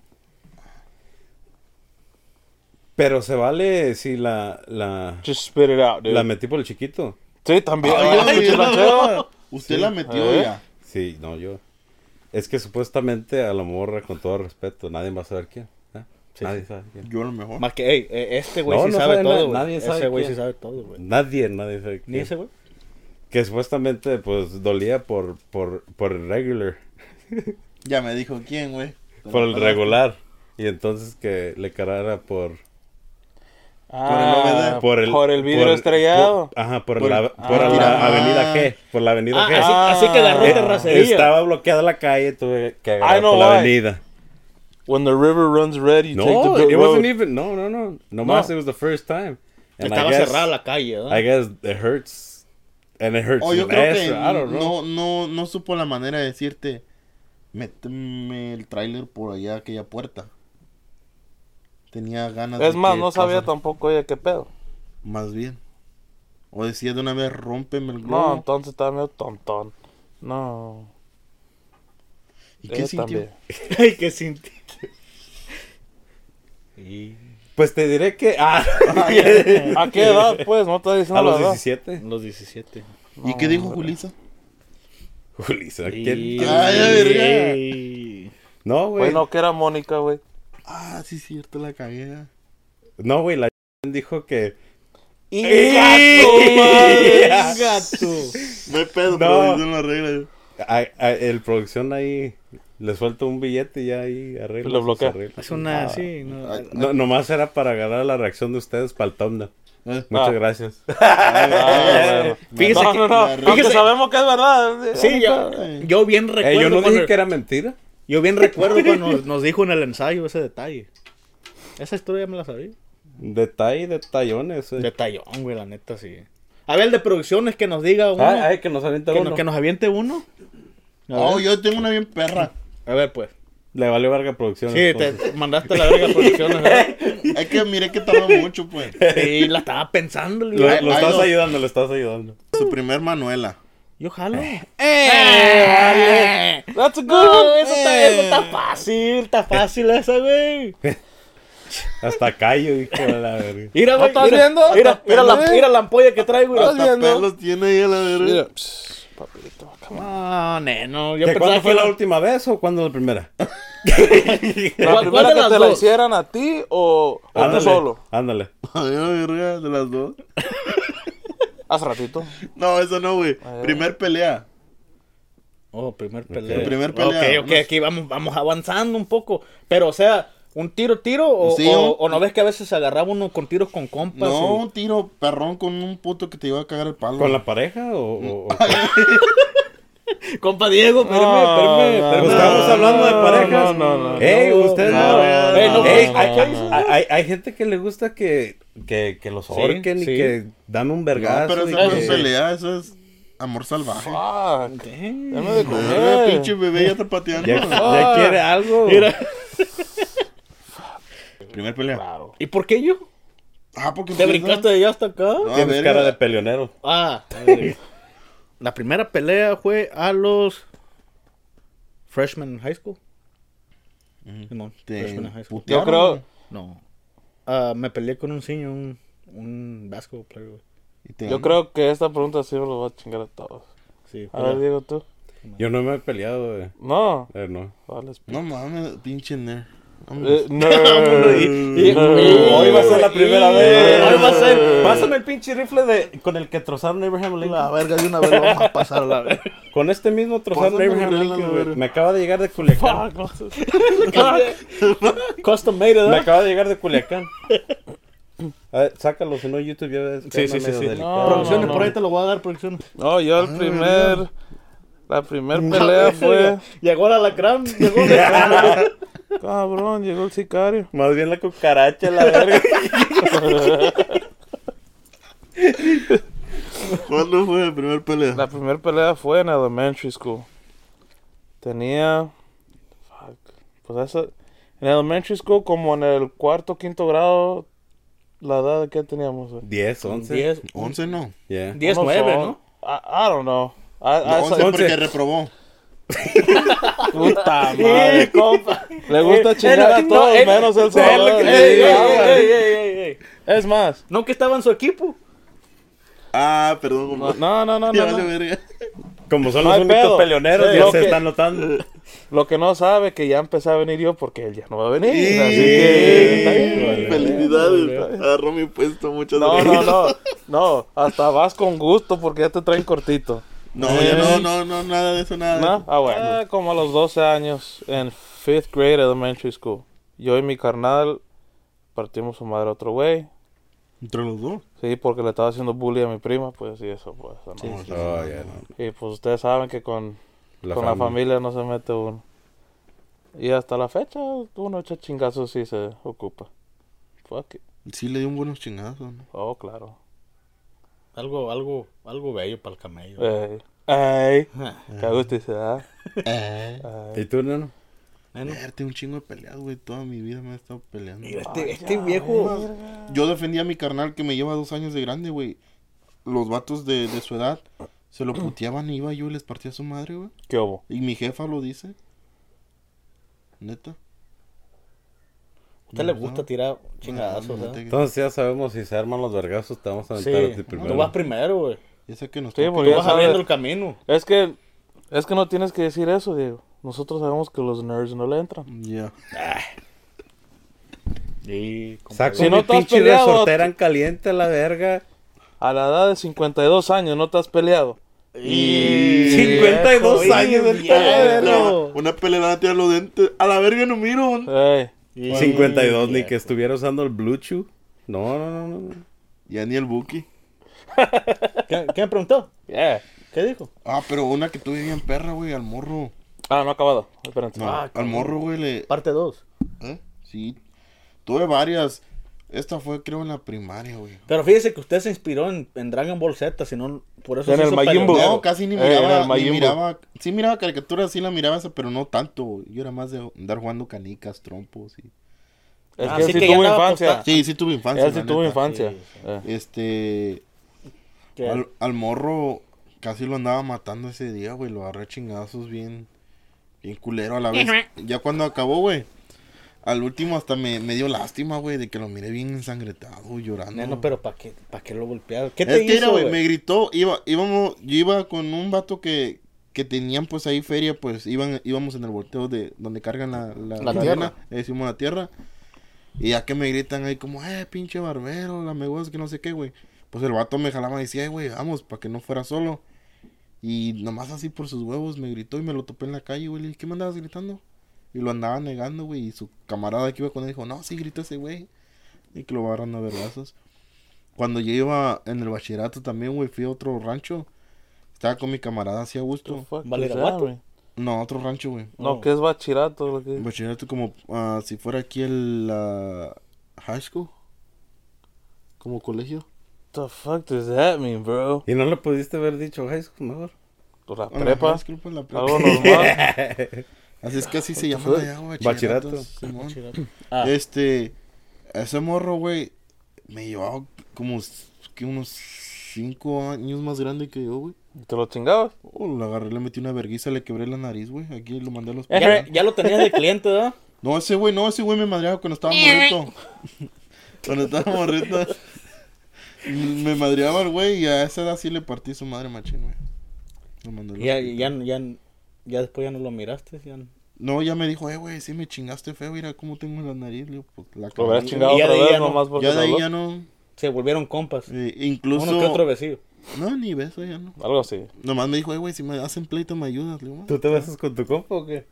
B: Pero se vale si la, la,
A: Just spit it out, dude.
B: la metí por el chiquito.
A: Sí, también.
E: Ay,
A: Ah,
E: ay,
A: pinche
E: ay,
A: ranchero.
E: Usted la metió
A: Eh.
E: ya.
B: Sí, no, yo. Es que supuestamente a la morra, con todo respeto, nadie va a saber quién. ¿eh? Nadie sabe quién.
E: Yo a lo mejor.
C: Más que, ey, eh, este güey
B: No,
C: sí
B: no
C: sabe
B: sabe
C: todo,
B: nadie,
C: güey.
B: nadie sabe
C: Ese güey
B: quién.
C: sí sabe todo, güey.
B: Nadie, nadie sabe quién.
C: Ni ese güey.
B: Que supuestamente, pues, dolía por, por, por el regular,
E: Ya me dijo quién, güey.
B: por el regular. Y entonces que le carara por...
A: Ah, por el, vidrio
B: por-
A: estrellado.
B: por- ajá, por,
E: Por-
B: la, por
A: Ah.
B: la avenida G. Por la avenida G.
A: Ah, Ah,
C: así, así que agarró
B: Eh,
C: terracería.
B: Estaba bloqueada la calle, tuve que
A: I
B: agarrar
A: know
B: por la
A: why.
B: avenida.
A: When the river runs red, you take
B: No,
A: the good
B: it wasn't
A: road.
B: even. No, no, no. Nomás it was the first time. And
C: Estaba
B: I guess,
C: cerrada la calle, ¿no?
B: I guess it hurts. And it hurts.
E: Oh, yo
B: less,
E: creo que
B: I don't know.
E: no, no, no supo la manera de decirte, méteme el tráiler por allá, aquella puerta. Tenía ganas
A: Es
E: de
A: más,
E: que
A: no sabía
E: pasara.
A: tampoco ella qué pedo.
E: Más bien. O decía de una vez, rómpeme el
A: No,
E: globo.
A: entonces estaba medio tontón. No.
E: ¿Y
A: ella
E: qué sintió?
A: eh, también.
C: Ay, qué sintió. Y
B: Pues te diré que. Ah,
A: ¿A qué edad, pues? No está diciendo
B: a
A: la
B: los
A: edad.
B: 17.
C: los 17.
E: ¿Y qué dijo Julisa?
B: Julissa,
C: Y-
B: ¿quién- quién-
C: Ah,
E: Ay, verga.
C: Y-
B: No, güey.
A: Bueno, que era Mónica, güey.
E: Ah, sí, cierto, la cagué. ah".
B: No, güey. La dijo que.
C: ¡Venga tú!
E: No hay
B: pero
E: pedo, pero
B: dicen
E: dicen las reglas.
B: a- a- el producción ahí le suelta un billete y ya ahí arregla.
A: Lo
B: sus
A: bloquea.
B: arreglos. Ah,
C: Es una, sí, no.
E: Ah. Ay.
B: No, nomás era para agarrar la reacción de ustedes para el thumbnail.
E: Eh.
B: Muchas
A: Ah.
B: gracias.
A: Ah, bueno.
C: Fíjese
A: no,
C: que-
A: no, no.
E: la-
A: Aunque
C: fíjese-
A: sabemos que es verdad.
C: Sí, yo, yo bien
B: Eh,
C: recuerdo.
B: yo no
C: cuando,
B: dije que era mentira.
C: yo bien recuerdo cuando nos, nos dijo en el ensayo ese detalle. Esa historia ya me la sabía.
B: Detalle, detallones. eh.
C: Detallón, güey, la neta, sí. A ver, el de producciones que nos diga uno.
B: Ay, Ah,
E: Ah,
B: ay, que nos avienta
C: que,
B: uno.
C: no- que nos aviente uno. A ver,
E: Oh, yo tengo una bien perra.
C: a ver, pues.
B: Le valió verga
E: Ah,
B: producción.
C: Sí, te te mandaste la verga a producciones, ¿verdad?
E: Es que miré que tardó mucho, pues.
C: Sí, la estaba pensando.
B: Lo,
C: güey.
B: lo
E: Ay,
B: estás
E: no.
B: ayudando, lo estás ayudando.
E: Su primer Manuela.
C: Yo jalo.
A: ¡Eh! vale. That's a good
C: No,
A: one. Eh.
C: eso, está, eso está fácil, está fácil esa, güey.
B: Hasta callo, hijo de la verga.
C: Mira, güey.
A: ¿Estás
C: mira,
A: viendo?
C: Mira, mira la,
A: ¿Eh?
C: mira la ampolla que traigo. güey.
A: ¿Estás
E: Hasta
A: viendo?
E: pelos tiene ahí a la verga.
A: Mira, pss, papito, come on.
C: No, Ah, neno. Yo
B: ¿Que
C: pensaba
B: ¿Cuándo
C: que
B: fue la
C: era-
B: última vez o cuándo la primera?
A: La
C: ¿Cuál- cuál
A: primera
C: de
A: que
C: las
A: te la
C: dos?
A: hicieran a ti o, o tú
B: Ándale,
A: solo.
B: Ándale.
E: A mí me verga de las dos.
A: Hace ratito.
E: No, eso no, güey.
A: Ay,
E: Primer pelea.
A: Ah,
C: Oh, primer pelea.
E: El primer pelea.
C: Ok, ok, aquí vamos, vamos avanzando un poco. Pero, o sea, ¿un tiro, tiro? ¿O,
E: Sí,
C: o,
E: un-
C: o no ves que a veces agarraba uno con tiros con compas?
E: No,
C: y-
E: un tiro perrón con un puto que te iba a cagar el palo.
B: ¿Con la pareja o...? o- o-
C: Compa Diego, espérame,
A: No,
C: espérame,
A: no,
C: espérame.
A: no,
B: Pues Estamos hablando de parejas.
A: No, no, no. no.
B: Ey, ustedes
E: no,
B: no.
E: no,
B: Ey,
E: no,
B: ey,
A: no,
B: hay,
A: no,
B: hay-
A: no.
B: hay- hay gente que le gusta que, que, que los
C: Sí,
B: ahorquen y
C: sí.
B: que dan un
E: No,
B: vergazo.
E: pero
B: y
E: eso no
B: que-
E: es pelea, eso es amor salvaje.
A: Fuck. Eh.
C: Damn.
A: Dame de
E: Verga,
A: comer.
E: pinche bebé ya está pateando.
B: ya, ya quiere ah, algo.
C: Mira,
E: Primer pelea.
C: ¿Y por qué yo?
E: Ah, porque
C: ¿Te brincaste de allá hasta acá?
E: No,
B: Tienes
E: verga.
B: cara de peleonero.
C: Ah, a ver. la primera pelea fue a los freshman in high school. Simón, freshman in high
E: Te
C: school.
A: Yo
E: putearon,
A: creo.
E: güey,
C: No. Ah, me peleé con un señor, un, un basketball player. güey.
E: y te-
A: Yo creo que esta pregunta sí me lo va a chingar a todos.
C: Sí,
A: A ver, Diego, tú.
B: Yo no me he peleado, güey.
A: No.
B: Eh, no.
A: Vale, esp-
E: No mames, pinche nerd.
A: Eh, no.
C: y-
B: Hoy va a ser la
C: y-
B: primera
C: y-
B: vez.
C: hoy va a ser-
B: Pásame el pinche rifle de, con el que trozaron a Abraham Lincoln.
C: La verga de una vez lo vamos a pasar la verga.
B: Con este mismo trozaron a
E: Pásame
B: Abraham
E: el rifle,
B: Lincoln,
E: la
B: güey.
E: verga.
B: Me acaba de llegar de Culiacán.
A: Fuck, no sé.
C: Custom made,
B: Me
C: ¿verdad?
B: acaba de llegar de Culiacán. A ver, sácalo, si no YouTube ya ves. que
C: Sí, sí,
B: anda
C: sí,
B: medio
C: sí.
B: delicado.
A: No,
C: Producciones,
A: no,
C: por
A: no.
C: ahí te lo voy a dar, producciones.
A: No, yo el primer. La primer pelea fue.
C: Llegó la lacrán, llegó la
A: Cabrón, llegó el sicario.
B: Más bien la cucaracha, la verga.
E: ¿Cuándo fue el primer pelea?
A: La primera pelea fue en elementary school. Tenía. Fuck. Pues eso. En elementary school, como en el cuarto, quinto grado, la edad que teníamos. güey.
B: 10, 11.
C: 10,
E: 11 no.
B: Yeah.
C: 10,
A: Unos
C: 9,
A: on-
C: ¿no?
A: I, I don't know. I, I-
E: No, 11
A: esa-
E: porque reprobó.
A: puta madre, compa. Le gusta chingar
C: Eh,
A: a
C: no,
A: todos,
C: eh,
A: menos él
C: Ey,
A: solo.
C: ey,
A: Eh,
C: ey,
A: ah,
C: ey,
A: güey.
C: ey, ey, ey, ey.
A: Es más.
C: No que estaba en su equipo.
E: Ah, perdón,
A: No,
E: compa.
A: no, no, no.
E: Ya
A: no.
E: vale verga.
B: Como son
A: No
B: los
A: hay
B: únicos
A: pedo.
B: peleoneros,
A: Sí,
B: ya
A: lo
B: se
A: que-
B: están notando.
A: Lo que no sabe que ya empecé a venir yo porque él ya no va a venir.
E: Sí.
A: Así que. está bien.
B: Híjole.
E: Felicidades. Agarró mi puesto, muchas
A: No, no,
E: gracias.
A: no. No, hasta vas con gusto porque ya te traen cortito.
E: No, ya no, no, no, nada de eso, nada. de
A: Eh. ¿No?
E: eso.
A: Ah, bueno. Ah, como a los 12 años en 5th grade elementary school. Yo y mi carnal partimos su madre a otro güey.
E: Entre los dos.
A: Sí, porque le estaba haciendo bullying a mi prima, pues, y eso, pues, eso no.
B: Oh, ya no.
A: Y pues ustedes saben que con,
B: La
A: con la familia no se mete uno. Y hasta la fecha, uno echa chingazos si se ocupa. Fuck it.
E: Sí, le dio un buenos chingazos. ¿no?
A: Oh, claro.
C: Algo, algo, algo bello para el camello.
A: Ey. Ey.
C: Eh.
A: Qué gusto, dice, ¿ah?
E: Eh.
B: ¿Y tú, neno?
C: Neno.
E: Verte un chingo de peleas, güey. Toda mi vida me he estado peleando.
C: Mira, este, este viejo.
E: Yo defendí a mi carnal que me lleva dos años de grande, güey. Los vatos de, de su edad se lo puteaban y iba yo y les partía su madre, güey.
A: ¿Qué hubo?
E: Y mi jefa lo dice. Neta.
C: usted le gusta tirar chingadazos,
E: Neta
C: ¿eh?
E: que-
B: Entonces ya sabemos si se arman los vergazos, te vamos a
C: Sí,
B: aventar a ti primero.
C: tú vas primero, güey.
E: Esa que nos
A: Sí,
E: toca.
A: porque ya
C: Tú vas abriendo el
A: sabes.
C: camino.
A: Es que, es que no tienes que decir eso, Diego. Nosotros sabemos que los nerds no le entran.
E: Ya.
C: Sí,
B: Saco
A: Si
B: mi
A: no te has
B: pinche
A: peleado,
B: resortera en caliente a la verga.
A: A la edad de 52 años no te has peleado.
C: Y...
B: 52 años del
E: No, Una pelea tira los dentes. A la verga no miro. güey.
A: Ey.
B: 52, ni que estuviera usando el Bluetooth. No, no, no, no.
E: Ya ni el Buki.
C: ¿Qué, qué me preguntó?
A: Yeah.
C: ¿Qué dijo?
E: Ah, pero una que tuve bien perra, güey, al morro.
A: Ah, no ha acabado. Espérate.
E: No,
C: Ah,
E: al
C: cabrón.
E: morro, güey, le.
C: Parte 2.
E: ¿Eh? Sí. Tuve varias. Esta fue, creo, en la primaria, güey.
C: Pero fíjese que usted se inspiró en, en Dragon Ball Z, si no, por eso
A: En
C: se
A: el
C: hizo
A: Majin Buu.
C: peleonero.
E: No, casi ni
A: Eh,
E: miraba,
A: era el
E: ni
A: Majin Buu.
E: miraba. Sí miraba caricaturas, sí la miraba esa, pero no tanto. güey. Yo era más de andar jugando canicas, trompos. Y...
A: Es
C: Ah,
A: que él
C: así
A: sí
C: que ya
A: tuvo
C: andaba
A: infancia.
C: acostado.
E: Sí, sí tuve infancia.
A: él sí Eh.
E: la
A: tuvo
E: neta.
A: infancia.
C: Sí,
A: Eh.
E: Este,
C: Que-
E: al, al morro Casi lo andaba matando ese día, güey. Lo agarré a chingazos bien. Bien culero a la vez. Ya cuando acabó, güey. Al último hasta me, me dio lástima, güey, de que lo miré bien ensangretado, llorando.
C: Neno, pero ¿para qué, pa' qué lo golpearon? ¿Qué
E: Es
C: te
E: que era,
C: hizo,
E: güey,
C: güey?
E: Me gritó, iba, íbamos, yo iba con un vato que, que tenían pues ahí feria, pues iban, íbamos en el volteo de donde cargan la, la,
A: La
E: cadena,
A: tierra.
E: eh, decimos la tierra. Y ya que me gritan ahí como, eh, pinche barbero, la me guas, que no sé qué, güey. Pues el vato me jalaba y decía, "Eh, güey, vamos, para que no fuera solo. Y nomás así por sus huevos me gritó y me lo topé en la calle, güey. Le dije, ¿qué me andabas gritando? Y lo andaba negando, güey. Y su camarada que iba con él dijo, no, sí, grita ese güey. Y que lo agarran a vergazos. Cuando yo iba en el bachillerato también, güey, fui a otro rancho. Estaba con mi camarada así a gusto.
C: ¿Valeraguato?
E: No, Pues- otro rancho, güey.
A: No, que es bachillerato. Lo que...
E: Bachillerato como ah, si fuera aquí el ah, high school. Como colegio.
A: the fuck does that mean, bro?
B: ¿Y no le pudiste haber dicho high school mejor?
A: Pues la
E: Ah, la
A: prepa.
E: high school, pues, la prepa.
A: Algo normal.
E: Así es que así se llama allá, güey,
B: Bachillerato.
E: Simón.
C: Ah,
E: Este, ese morro, güey, me llevaba como s- que unos cinco años más grande que yo, güey.
A: ¿Te lo chingabas?
E: Oh, lo agarré, le metí una verguiza, le quebré la nariz, güey. Aquí lo mandé a los
C: ya, ya lo tenías de cliente, ¿verdad?
E: No, ese güey, no, ese güey me madreaba cuando estaba morrito. cuando estaba morrito. me madreaba el güey y a esa edad sí le partí su madre machín, güey. Lo mandé al
C: Ya,
E: hospital.
C: ya, ya, ya después ya no lo miraste. Ya no.
E: No, ya me dijo, eh, güey, sí me chingaste feo, mira cómo tengo la nariz. Le digo, pues, la
A: Lo hubieras
E: cagué.
A: chingado
C: y ya
A: otra
C: de ahí
A: vez
C: ya no-
A: nomás porque
E: Ya de
A: te
E: ahí
A: habló.
E: ya no.
C: Se volvieron compas.
E: eh, incluso.
C: Uno que otro vecino.
E: No, ni beso ya no.
A: Algo así.
E: Nomás me dijo, "Eh, güey, si me hacen pleito me ayudas, le digo, "Ma".
B: ¿Tú te besas con tu compa o qué?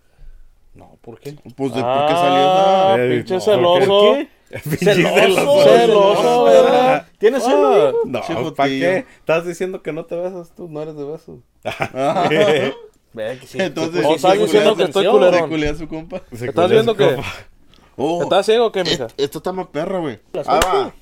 C: No, ¿por qué?
E: Pues de por qué
A: Ah,
E: salió
B: esa-
A: pinche
B: Eh, no,
A: celoso.
C: ¿por qué? Celoso,
A: Celoso, ¿verdad?
C: ¿Tienes celos? hijo?
B: No,
E: Chijotillo.
B: ¿para qué? Estás diciendo que no te besas tú, no eres de besos.
E: esa.
C: Ve que sí,
E: Entonces,
C: sí,
A: O
C: sí,
A: estás
C: sí,
A: diciendo
C: sí,
A: que estoy
C: sí,
A: culerón.
E: Se culea a su compa.
B: Se
A: ¿Estás
B: culea
A: viendo
B: su
A: que-
B: compa.
E: Oh,
A: ¿Estás ciego que qué,
E: es-
A: mija?
E: esta está más perra, güey.
C: Las
E: Ahí
C: ocho.
E: va.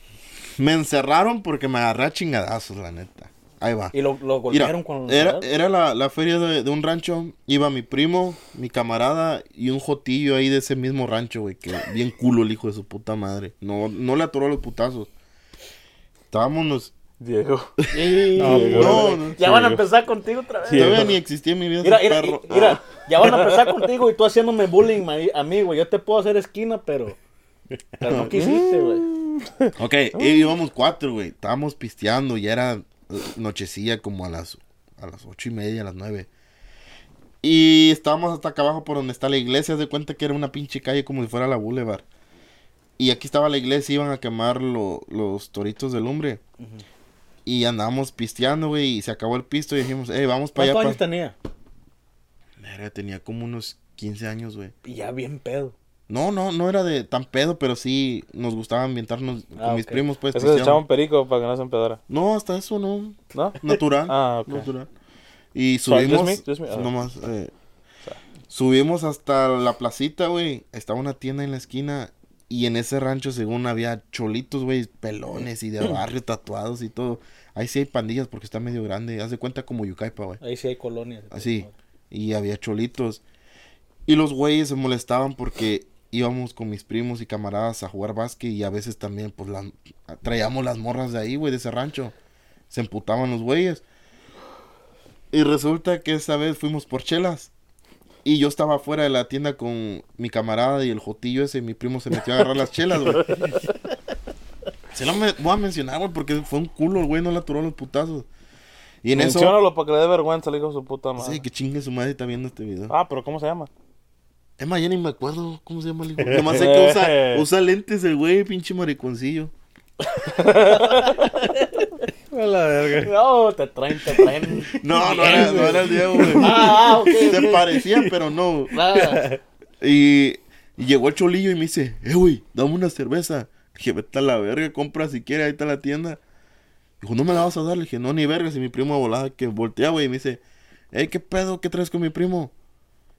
E: Me encerraron porque me agarré a chingadazos, la neta. Ahí va.
C: Y lo, lo
E: Mira,
C: golpearon cuando
E: era, era la, la feria de, de un rancho. Iba mi primo, mi camarada y un jotillo ahí de ese mismo rancho, güey. Que bien culo el hijo de su puta madre. No, no le atoró los putazos. Estábamos. nos-
A: Diego.
B: No,
E: No,
B: puro-
E: no,
C: Ya van a empezar contigo otra vez.
E: Todavía ni existía en mi vida.
C: Mira,
E: ese
C: mira,
E: perro. Ah.
C: mira, ya van a empezar contigo y tú haciéndome bullying ma- a mí, güey. Yo te puedo hacer esquina, pero. Pero no quisiste, güey.
E: Mm. Ok, y íbamos cuatro, güey. Estábamos pisteando, ya era eh, nochecilla como a las, a las ocho y media, a las nueve. Y estábamos hasta acá abajo por donde está la iglesia. Haz de cuenta que era una pinche calle como si fuera la Boulevard. Y aquí estaba la iglesia, iban a quemar lo- los toritos de lumbre. Y andábamos pisteando, güey. Y se acabó el pisto y dijimos, eh, vamos para
C: ¿Cuántos
E: allá.
C: años
E: pa-".
C: tenía?
E: Verga, tenía como unos 15 años, güey.
C: Y ya bien pedo.
E: No, no, no era de tan pedo, pero sí nos gustaba ambientarnos con
C: Ah,
E: mis
C: ok.
E: primos,
A: Es
E: pues.
A: que se
E: pisteando.
A: echaban perico para que no se empedara.
E: No, hasta eso no.
A: ¿No?
E: Natural.
A: Ah, ok.
E: Natural. Y
A: Sorry,
E: subimos.
A: just me, just me. Ah.
E: nomás, eh, subimos hasta la placita, güey. Estaba una tienda en la esquina. Y en ese rancho, según había cholitos, güey, pelones y de barrio tatuados y todo. Ahí sí hay pandillas porque está medio grande. Haz de cuenta como Yucaipa, güey.
C: Ahí sí hay colonias.
E: Así. Y había cholitos. Y los güeyes se molestaban porque íbamos con mis primos y camaradas a jugar básquet y a veces también pues las- traíamos las morras de ahí, güey, de ese rancho. Se emputaban los güeyes. Y resulta que esa vez fuimos por chelas. Y yo estaba afuera de la tienda con mi camarada y el jotillo ese. Y mi primo se metió a agarrar las chelas, güey. Se lo me- voy a mencionar, güey, porque fue un culo, el güey. No le aturó los putazos. Y en eso...
A: Menciónalo para que le dé vergüenza, le dijo su puta madre.
E: Sí, que chingue su madre está viendo este video.
A: Ah, pero ¿cómo se llama?
E: Es más, ya ni me acuerdo cómo se llama el hijo. Nomás sé que usa, usa lentes el güey, pinche mariconcillo.
B: A la verga.
C: No, Oh, te traen, te traen.
E: No, no era, no era el Diego, güey.
C: Ah, ah, ok.
E: Se parecía, pero no.
C: Ah,
E: Y, y llegó el cholillo y me dice, eh, güey, dame una cerveza. Le dije, vete a la verga, compra si quieres, ahí está la tienda. Dijo, no me la vas a dar. Le dije, no, ni verga, si mi primo volaba, que voltea, güey, y me dice, eh, ¿qué pedo? ¿Qué traes con mi primo?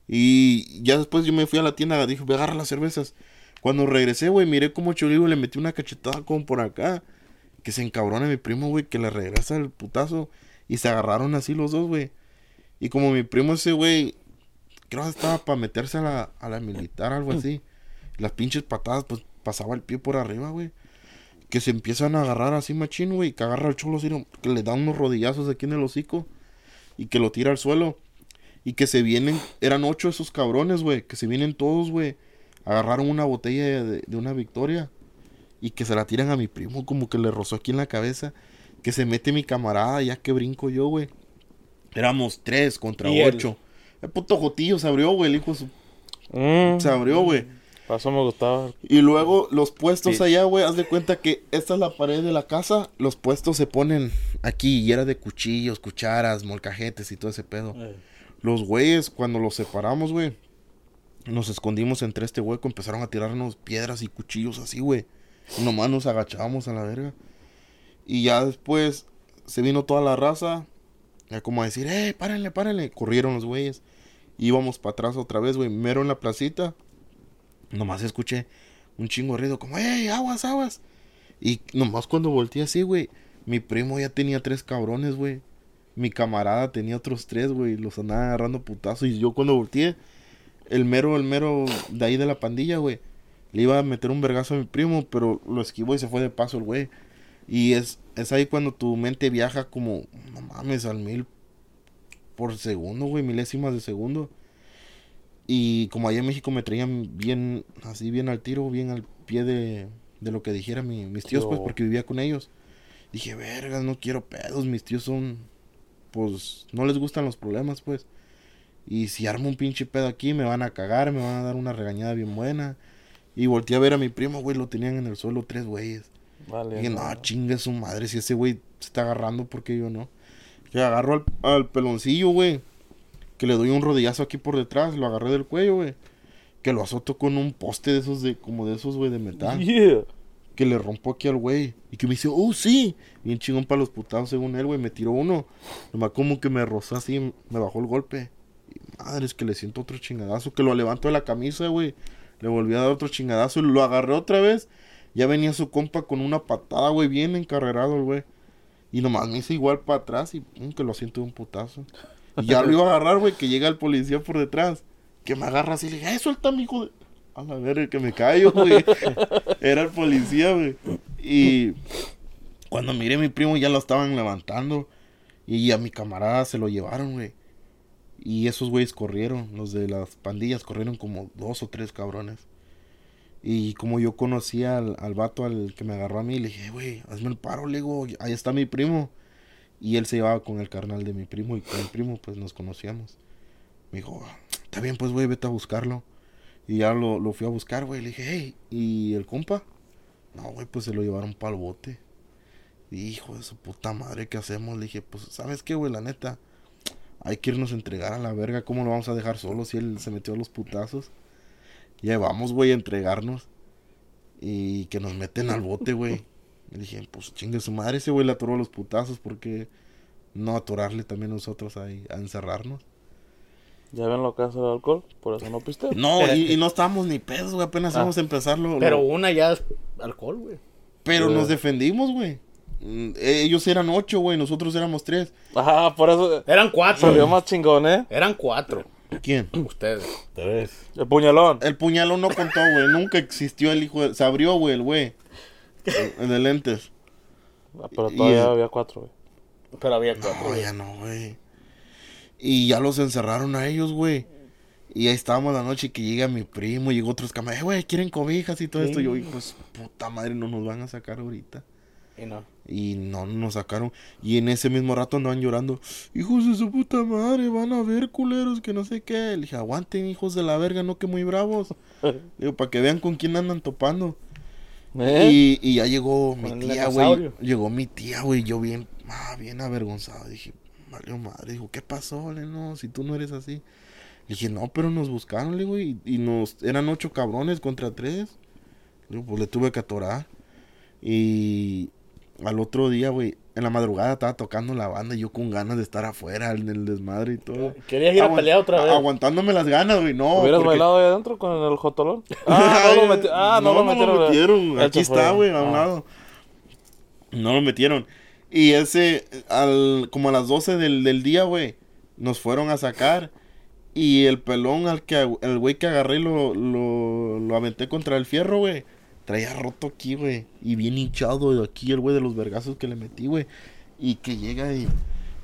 E: Y ya después yo me fui a la tienda, dije, ve, agarra las cervezas. Cuando regresé, güey, miré como Cholillo le metí una cachetada como por acá. Que se encabrona mi primo, güey, que le regresa el putazo. Y se agarraron así los dos, güey. Y como mi primo ese, güey, creo que estaba para meterse a la, a la militar, algo así. Las pinches patadas, pues pasaba el pie por arriba, güey. Que se empiezan a agarrar así, machín, güey. Que agarra el cholo así, no- que le da unos rodillazos aquí en el hocico. y que lo tira al suelo. Y que se vienen, eran ocho esos cabrones, güey, que se vienen todos, güey. Agarraron una botella de, de una victoria y que se la tiran a mi primo, como que le rozó aquí en la cabeza. Que se mete mi camarada, ya que brinco yo, güey. Éramos tres contra
A: Y él.
E: ocho. El puto Jotillo se abrió, güey, el hijo de su-
A: Mm,
E: se abrió, güey.
A: para eso me gustaba.
E: Y luego los puestos
A: Sí.
E: allá, güey, haz de cuenta que esta es la pared de la casa. Los puestos se ponen aquí y era de cuchillos, cucharas, molcajetes y todo ese pedo.
C: Eh,
E: Los güeyes, cuando los separamos, güey, nos escondimos entre este hueco. Empezaron a tirarnos piedras y cuchillos así, güey. Nomás nos agachábamos a la verga. Y ya después se vino toda la raza. Ya como a decir, eh, párenle, párenle. Corrieron los güeyes. Íbamos para atrás otra vez, güey. Mero en la placita. Nomás escuché un chingo de ruido, como, ¡ey, aguas, aguas! Y nomás cuando volteé así, güey, mi primo ya tenía tres cabrones, güey. Mi camarada tenía otros tres, güey, los andaba agarrando putazo. Y yo cuando volteé, el mero, el mero de ahí de la pandilla, güey, le iba a meter un vergazo a mi primo, pero lo esquivó y se fue de paso el güey. Y es, es ahí cuando tu mente viaja como, no mames, al mil por segundo, güey, milésimas de segundo. Y como allá en México me traían bien, así bien al tiro, bien al pie de, de lo que dijera mi- mis tíos, pues,
A: Yo.
E: porque vivía con ellos. Dije, vergas, no quiero pedos, mis tíos son, pues, no les gustan los problemas, pues. Y si armo un pinche pedo aquí, me van a cagar, me van a dar una regañada bien buena. Y volteé a ver a mi primo, güey, lo tenían en el suelo tres güeyes.
A: Vale.
E: Dije, no,
A: no.
E: chingue su madre, si ese güey se está agarrando, ¿por qué yo no? Que agarro al, al peloncillo, güey. Que le doy un rodillazo aquí por detrás, lo agarré del cuello, güey. Que lo azoto con un poste de esos, de como de esos, güey, de metal.
A: Yeah.
E: Que le rompo aquí al güey. Y que me dice, oh, sí. Bien chingón para los putados, según él, güey. Me tiró uno. Nomás como que me rozó así, me bajó el golpe. Y madre, es que le siento otro chingadazo. Que lo levanto de la camisa, güey. Le volví a dar otro chingadazo. Lo agarré otra vez. Ya venía su compa con una patada, güey. Bien encarrerado el güey. Y nomás me hice igual para atrás y pum, que lo siento de un putazo. Y ya lo iba a agarrar, güey, que llega el policía por detrás. Que me agarra así y le dije, ¡eh, suéltame, hijo de... A la verga, que me callo, güey. Era el policía, güey. Y cuando miré a mi primo ya lo estaban levantando. Y a mi camarada se lo llevaron, güey. Y esos güeyes corrieron, los de las pandillas corrieron como dos o tres cabrones. Y como yo conocía al, al vato al que me agarró a mí, le dije, güey, hazme el paro, le digo, ahí está mi primo. Y él se llevaba con el carnal de mi primo y con el primo pues nos conocíamos. Me dijo, está bien pues, güey, vete a buscarlo. Y ya lo, lo fui a buscar, güey, le dije, hey, ¿y el compa? No, güey, pues se lo llevaron pa'l bote. Hijo de su puta madre, ¿qué hacemos? Le dije, pues, ¿sabes qué, güey? La neta, hay que irnos a entregar a la verga. ¿Cómo lo vamos a dejar solo si él se metió a los putazos? Ya vamos, güey, a entregarnos. Y que nos meten al bote, güey. Le dije, pues, chingue su madre, ese güey le atoró a los putazos. porque no atorarle también nosotros ahí a encerrarnos?
A: Ya ven lo que hace el alcohol, por eso no piste.
E: No, y, y no estábamos ni pedos, güey. Apenas
A: Ah.
E: vamos a empezarlo. lo-
C: Pero una ya es alcohol, güey.
E: Pero
A: Pero-
E: nos defendimos, güey. Mm, eh, Ellos eran ocho, güey. Nosotros éramos tres.
A: Ajá, Ah, por eso eh,
C: Eran cuatro.
A: salió más chingón, ¿eh?
C: Eran cuatro.
E: ¿Quién?
C: Ustedes.
B: Tres.
A: El puñalón.
E: El puñalón no contó, güey. Nunca existió el hijo. de- Se abrió, güey, el güey. El, el de lentes.
A: Ah, pero todavía
E: y-
A: había cuatro, güey.
C: Pero había
E: No, ya no, güey. Y ya los encerraron a ellos, güey. Y ahí estábamos la noche que llega mi primo, llegó otros camaradas, "Eh, güey, quieren cobijas y todo esto. Yo, hijo, de su puta madre, no nos van a sacar ahorita.
C: Y no.
E: Y no nos sacaron. Y en ese mismo rato andaban llorando. Hijos de su puta madre, van a ver culeros que no sé qué. Le dije, aguanten, hijos de la verga, no que muy bravos. Le Digo, para que vean con quién andan topando.
A: ¿Eh?
E: Y, y ya llegó mi
C: Con el
E: tía, güey.
C: dinosaurio.
E: Llegó mi tía, güey. Yo bien, ah, bien avergonzado. Dije, valió madre. Dijo, ¿qué pasó? Le digo, no, si tú no eres así. Le dije, no, pero nos buscaron, le digo, y, y nos, eran ocho cabrones contra tres. Le digo, pues le tuve que atorar. Y al otro día, güey, en la madrugada estaba tocando la banda y yo con ganas de estar afuera en el desmadre y todo.
C: Querías ir a
E: Aguan-
C: pelear otra vez.
E: Aguantándome las ganas, güey, no.
A: ¿Hubieras
E: porque-
A: bailado ahí adentro con el jotolón? Ah, no lo meti- ah, no lo metieron. güey. Él
E: Aquí
A: se fue.
E: está, güey, a un
A: Ah.
E: lado. No lo metieron. Y ese, al, como a las 12 del, del día, güey, nos fueron a sacar. Y el pelón al que, el güey que agarré lo, lo, lo aventé contra el fierro, güey. Traía roto aquí, güey. Y bien hinchado de aquí el güey de los vergazos que le metí, güey. Y que llega y,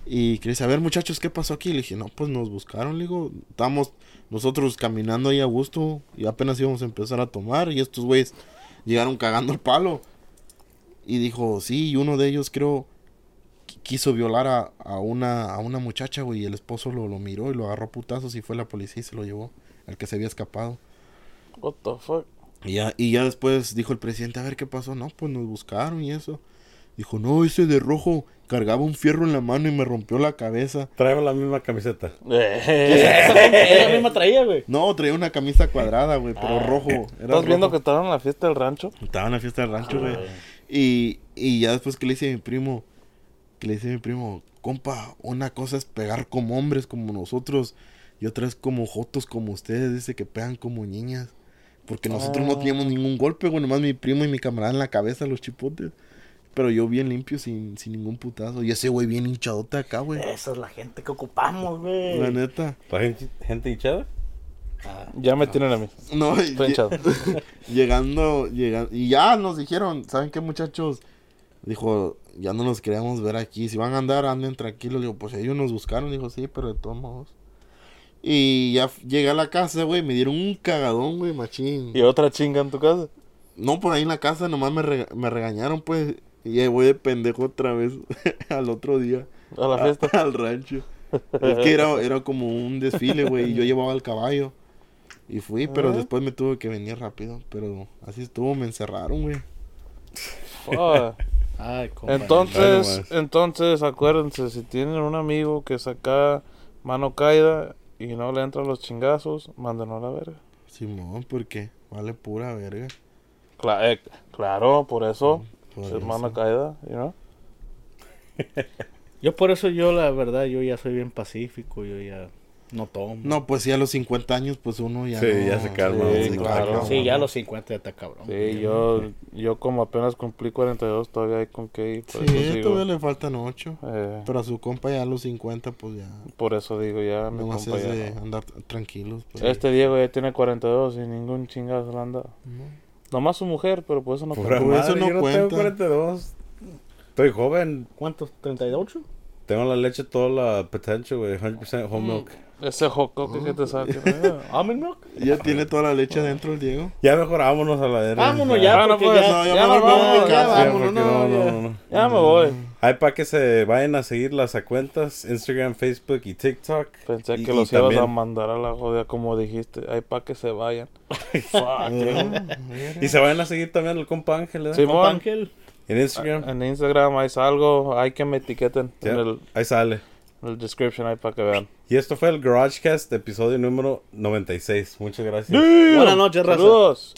E: Y quería saber, muchachos, ¿qué pasó aquí? Le dije, no, pues nos buscaron, le digo, estamos nosotros caminando ahí a gusto y apenas íbamos a empezar a tomar y estos güeyes llegaron cagando el palo. Y dijo, sí, y uno de ellos creo qui- quiso violar a, a una, a una muchacha, güey, y el esposo lo, lo miró y lo agarró a putazos y fue la policía y se lo llevó, el que se había escapado.
A: What the fuck.
E: Y ya, y ya después dijo el presidente, a ver qué pasó. No, pues nos buscaron y eso. Dijo, no, ese de rojo cargaba un fierro en la mano y me rompió la cabeza.
B: Traigo la misma camiseta.
C: Esa misma traía, güey.
E: No, traía una camisa cuadrada, güey, pero rojo. Era
A: Ah. ¿Estás viendo que
E: rojo.
A: estaban en la fiesta del rancho?
E: Estaba en la fiesta del rancho, güey. Y, y ya después que le hice a mi primo, que le hice a mi primo, compa, una cosa es pegar como hombres, como nosotros, y otra es como jotos, como ustedes, dice que pegan como niñas. Porque nosotros no teníamos ningún golpe, güey, nomás mi primo y mi camarada en la cabeza, los chipotes. Pero yo bien limpio, sin, sin ningún putazo. Y ese güey bien hinchadote acá, güey.
C: Esa es la gente que ocupamos,
E: La
C: güey.
E: neta.
B: ¿La gente, gente hinchada?
A: Ya me tienen a mí.
E: No, y-
A: Estoy hinchado.
E: llegando, llegando, y ya nos dijeron, ¿saben qué muchachos? Dijo, ya no nos queríamos ver aquí, si van a andar, anden tranquilos. Digo, pues ellos nos buscaron, dijo, sí, pero de todos modos. Y ya f- llegué a la casa, güey, me dieron un cagadón, güey, machín.
A: Y otra chinga en tu casa.
E: No, por ahí en la casa nomás me, rega- me regañaron, pues, y ahí voy de pendejo otra vez al otro día.
A: A la fiesta.
E: Al rancho. Es que era, era como un desfile, güey, y yo llevaba el caballo. Y fui, pero
A: Ah.
E: después me tuve que venir rápido. Pero así estuvo, me encerraron, güey.
A: Ah.
C: Ay, compa.
B: Ahí nomás.
A: Entonces, entonces, acuérdense, si tienen un amigo que saca mano caída y no le entran los chingazos, mándenlo a la verga.
E: Simón, porque vale pura verga.
A: Cla- eh, claro, por eso,
E: por
A: es
E: eso.
A: mano caída, you know?
C: Yo por eso yo, la verdad, yo ya soy bien pacífico, yo ya no tomo.
E: No, pues sí, a los 50 años, pues uno ya.
B: Sí,
E: no-
B: ya se calma,
E: Sí,
A: uno.
E: claro.
A: no,
C: sí, ya
E: ya
C: a los 50 ya está cabrón.
A: Sí, yo, yo como apenas cumplí 42, todavía hay con qué ir. Por, eso, pues, digo,
E: todavía le faltan 8.
A: eh,
E: Pero a su compa ya a los 50, pues ya.
A: por eso digo, ya mi
E: Nomás
A: compa
E: es
A: ya
E: de
A: no.
E: andar t- tranquilos. Pues.
A: Este Diego ya tiene 42 y ningún chingazo le han dado. Nomás su mujer, pero por eso no
B: Pura
A: cuenta.
E: Por Pues eso
B: madre,
E: no
B: yo
E: cuenta.
B: tengo 42. Estoy joven.
C: ¿Cuántos? ¿38?
B: Tengo la leche toda la potential, güey. 100% home milk.
A: Ese jocoque que
E: Ah.
A: te saque.
C: ¿Almond milk?
E: Ya tiene toda la leche adentro el Diego.
B: Ya mejor vámonos a la verga.
C: Vámonos ya,
A: Ah, no,
C: porque
A: pues,
C: ya,
A: no,
E: ya
C: ya
E: mejor
C: nos
E: vamos,
C: vamos,
E: ya
C: ya
B: Sí,
E: vamos.
C: vamos.
B: porque
E: vámonos, no,
B: no,
E: ya.
B: no, no.
A: ya me voy.
B: Hay para que se vayan a seguir las cuentas Instagram, Facebook y TikTok.
A: Pensé
B: Y-
A: que
B: y
A: los ibas a
B: también-
A: mandar a la jodida como dijiste. Hay pa' que se vayan.
B: Y se vayan a seguir también al compa Ángel,
E: Eh,
B: ¿verdad?
A: Sí.
C: Compa Ángel,
B: En Instagram.
A: En Instagram hay algo. Hay que me etiqueten
B: Ya,
A: en, el,
B: Ahí sale.
A: en el description. Hay pa' que vean.
B: Y esto fue el GarageCast, episodio número 96. Muchas gracias.
C: Buenas noches, raza.
A: Saludos.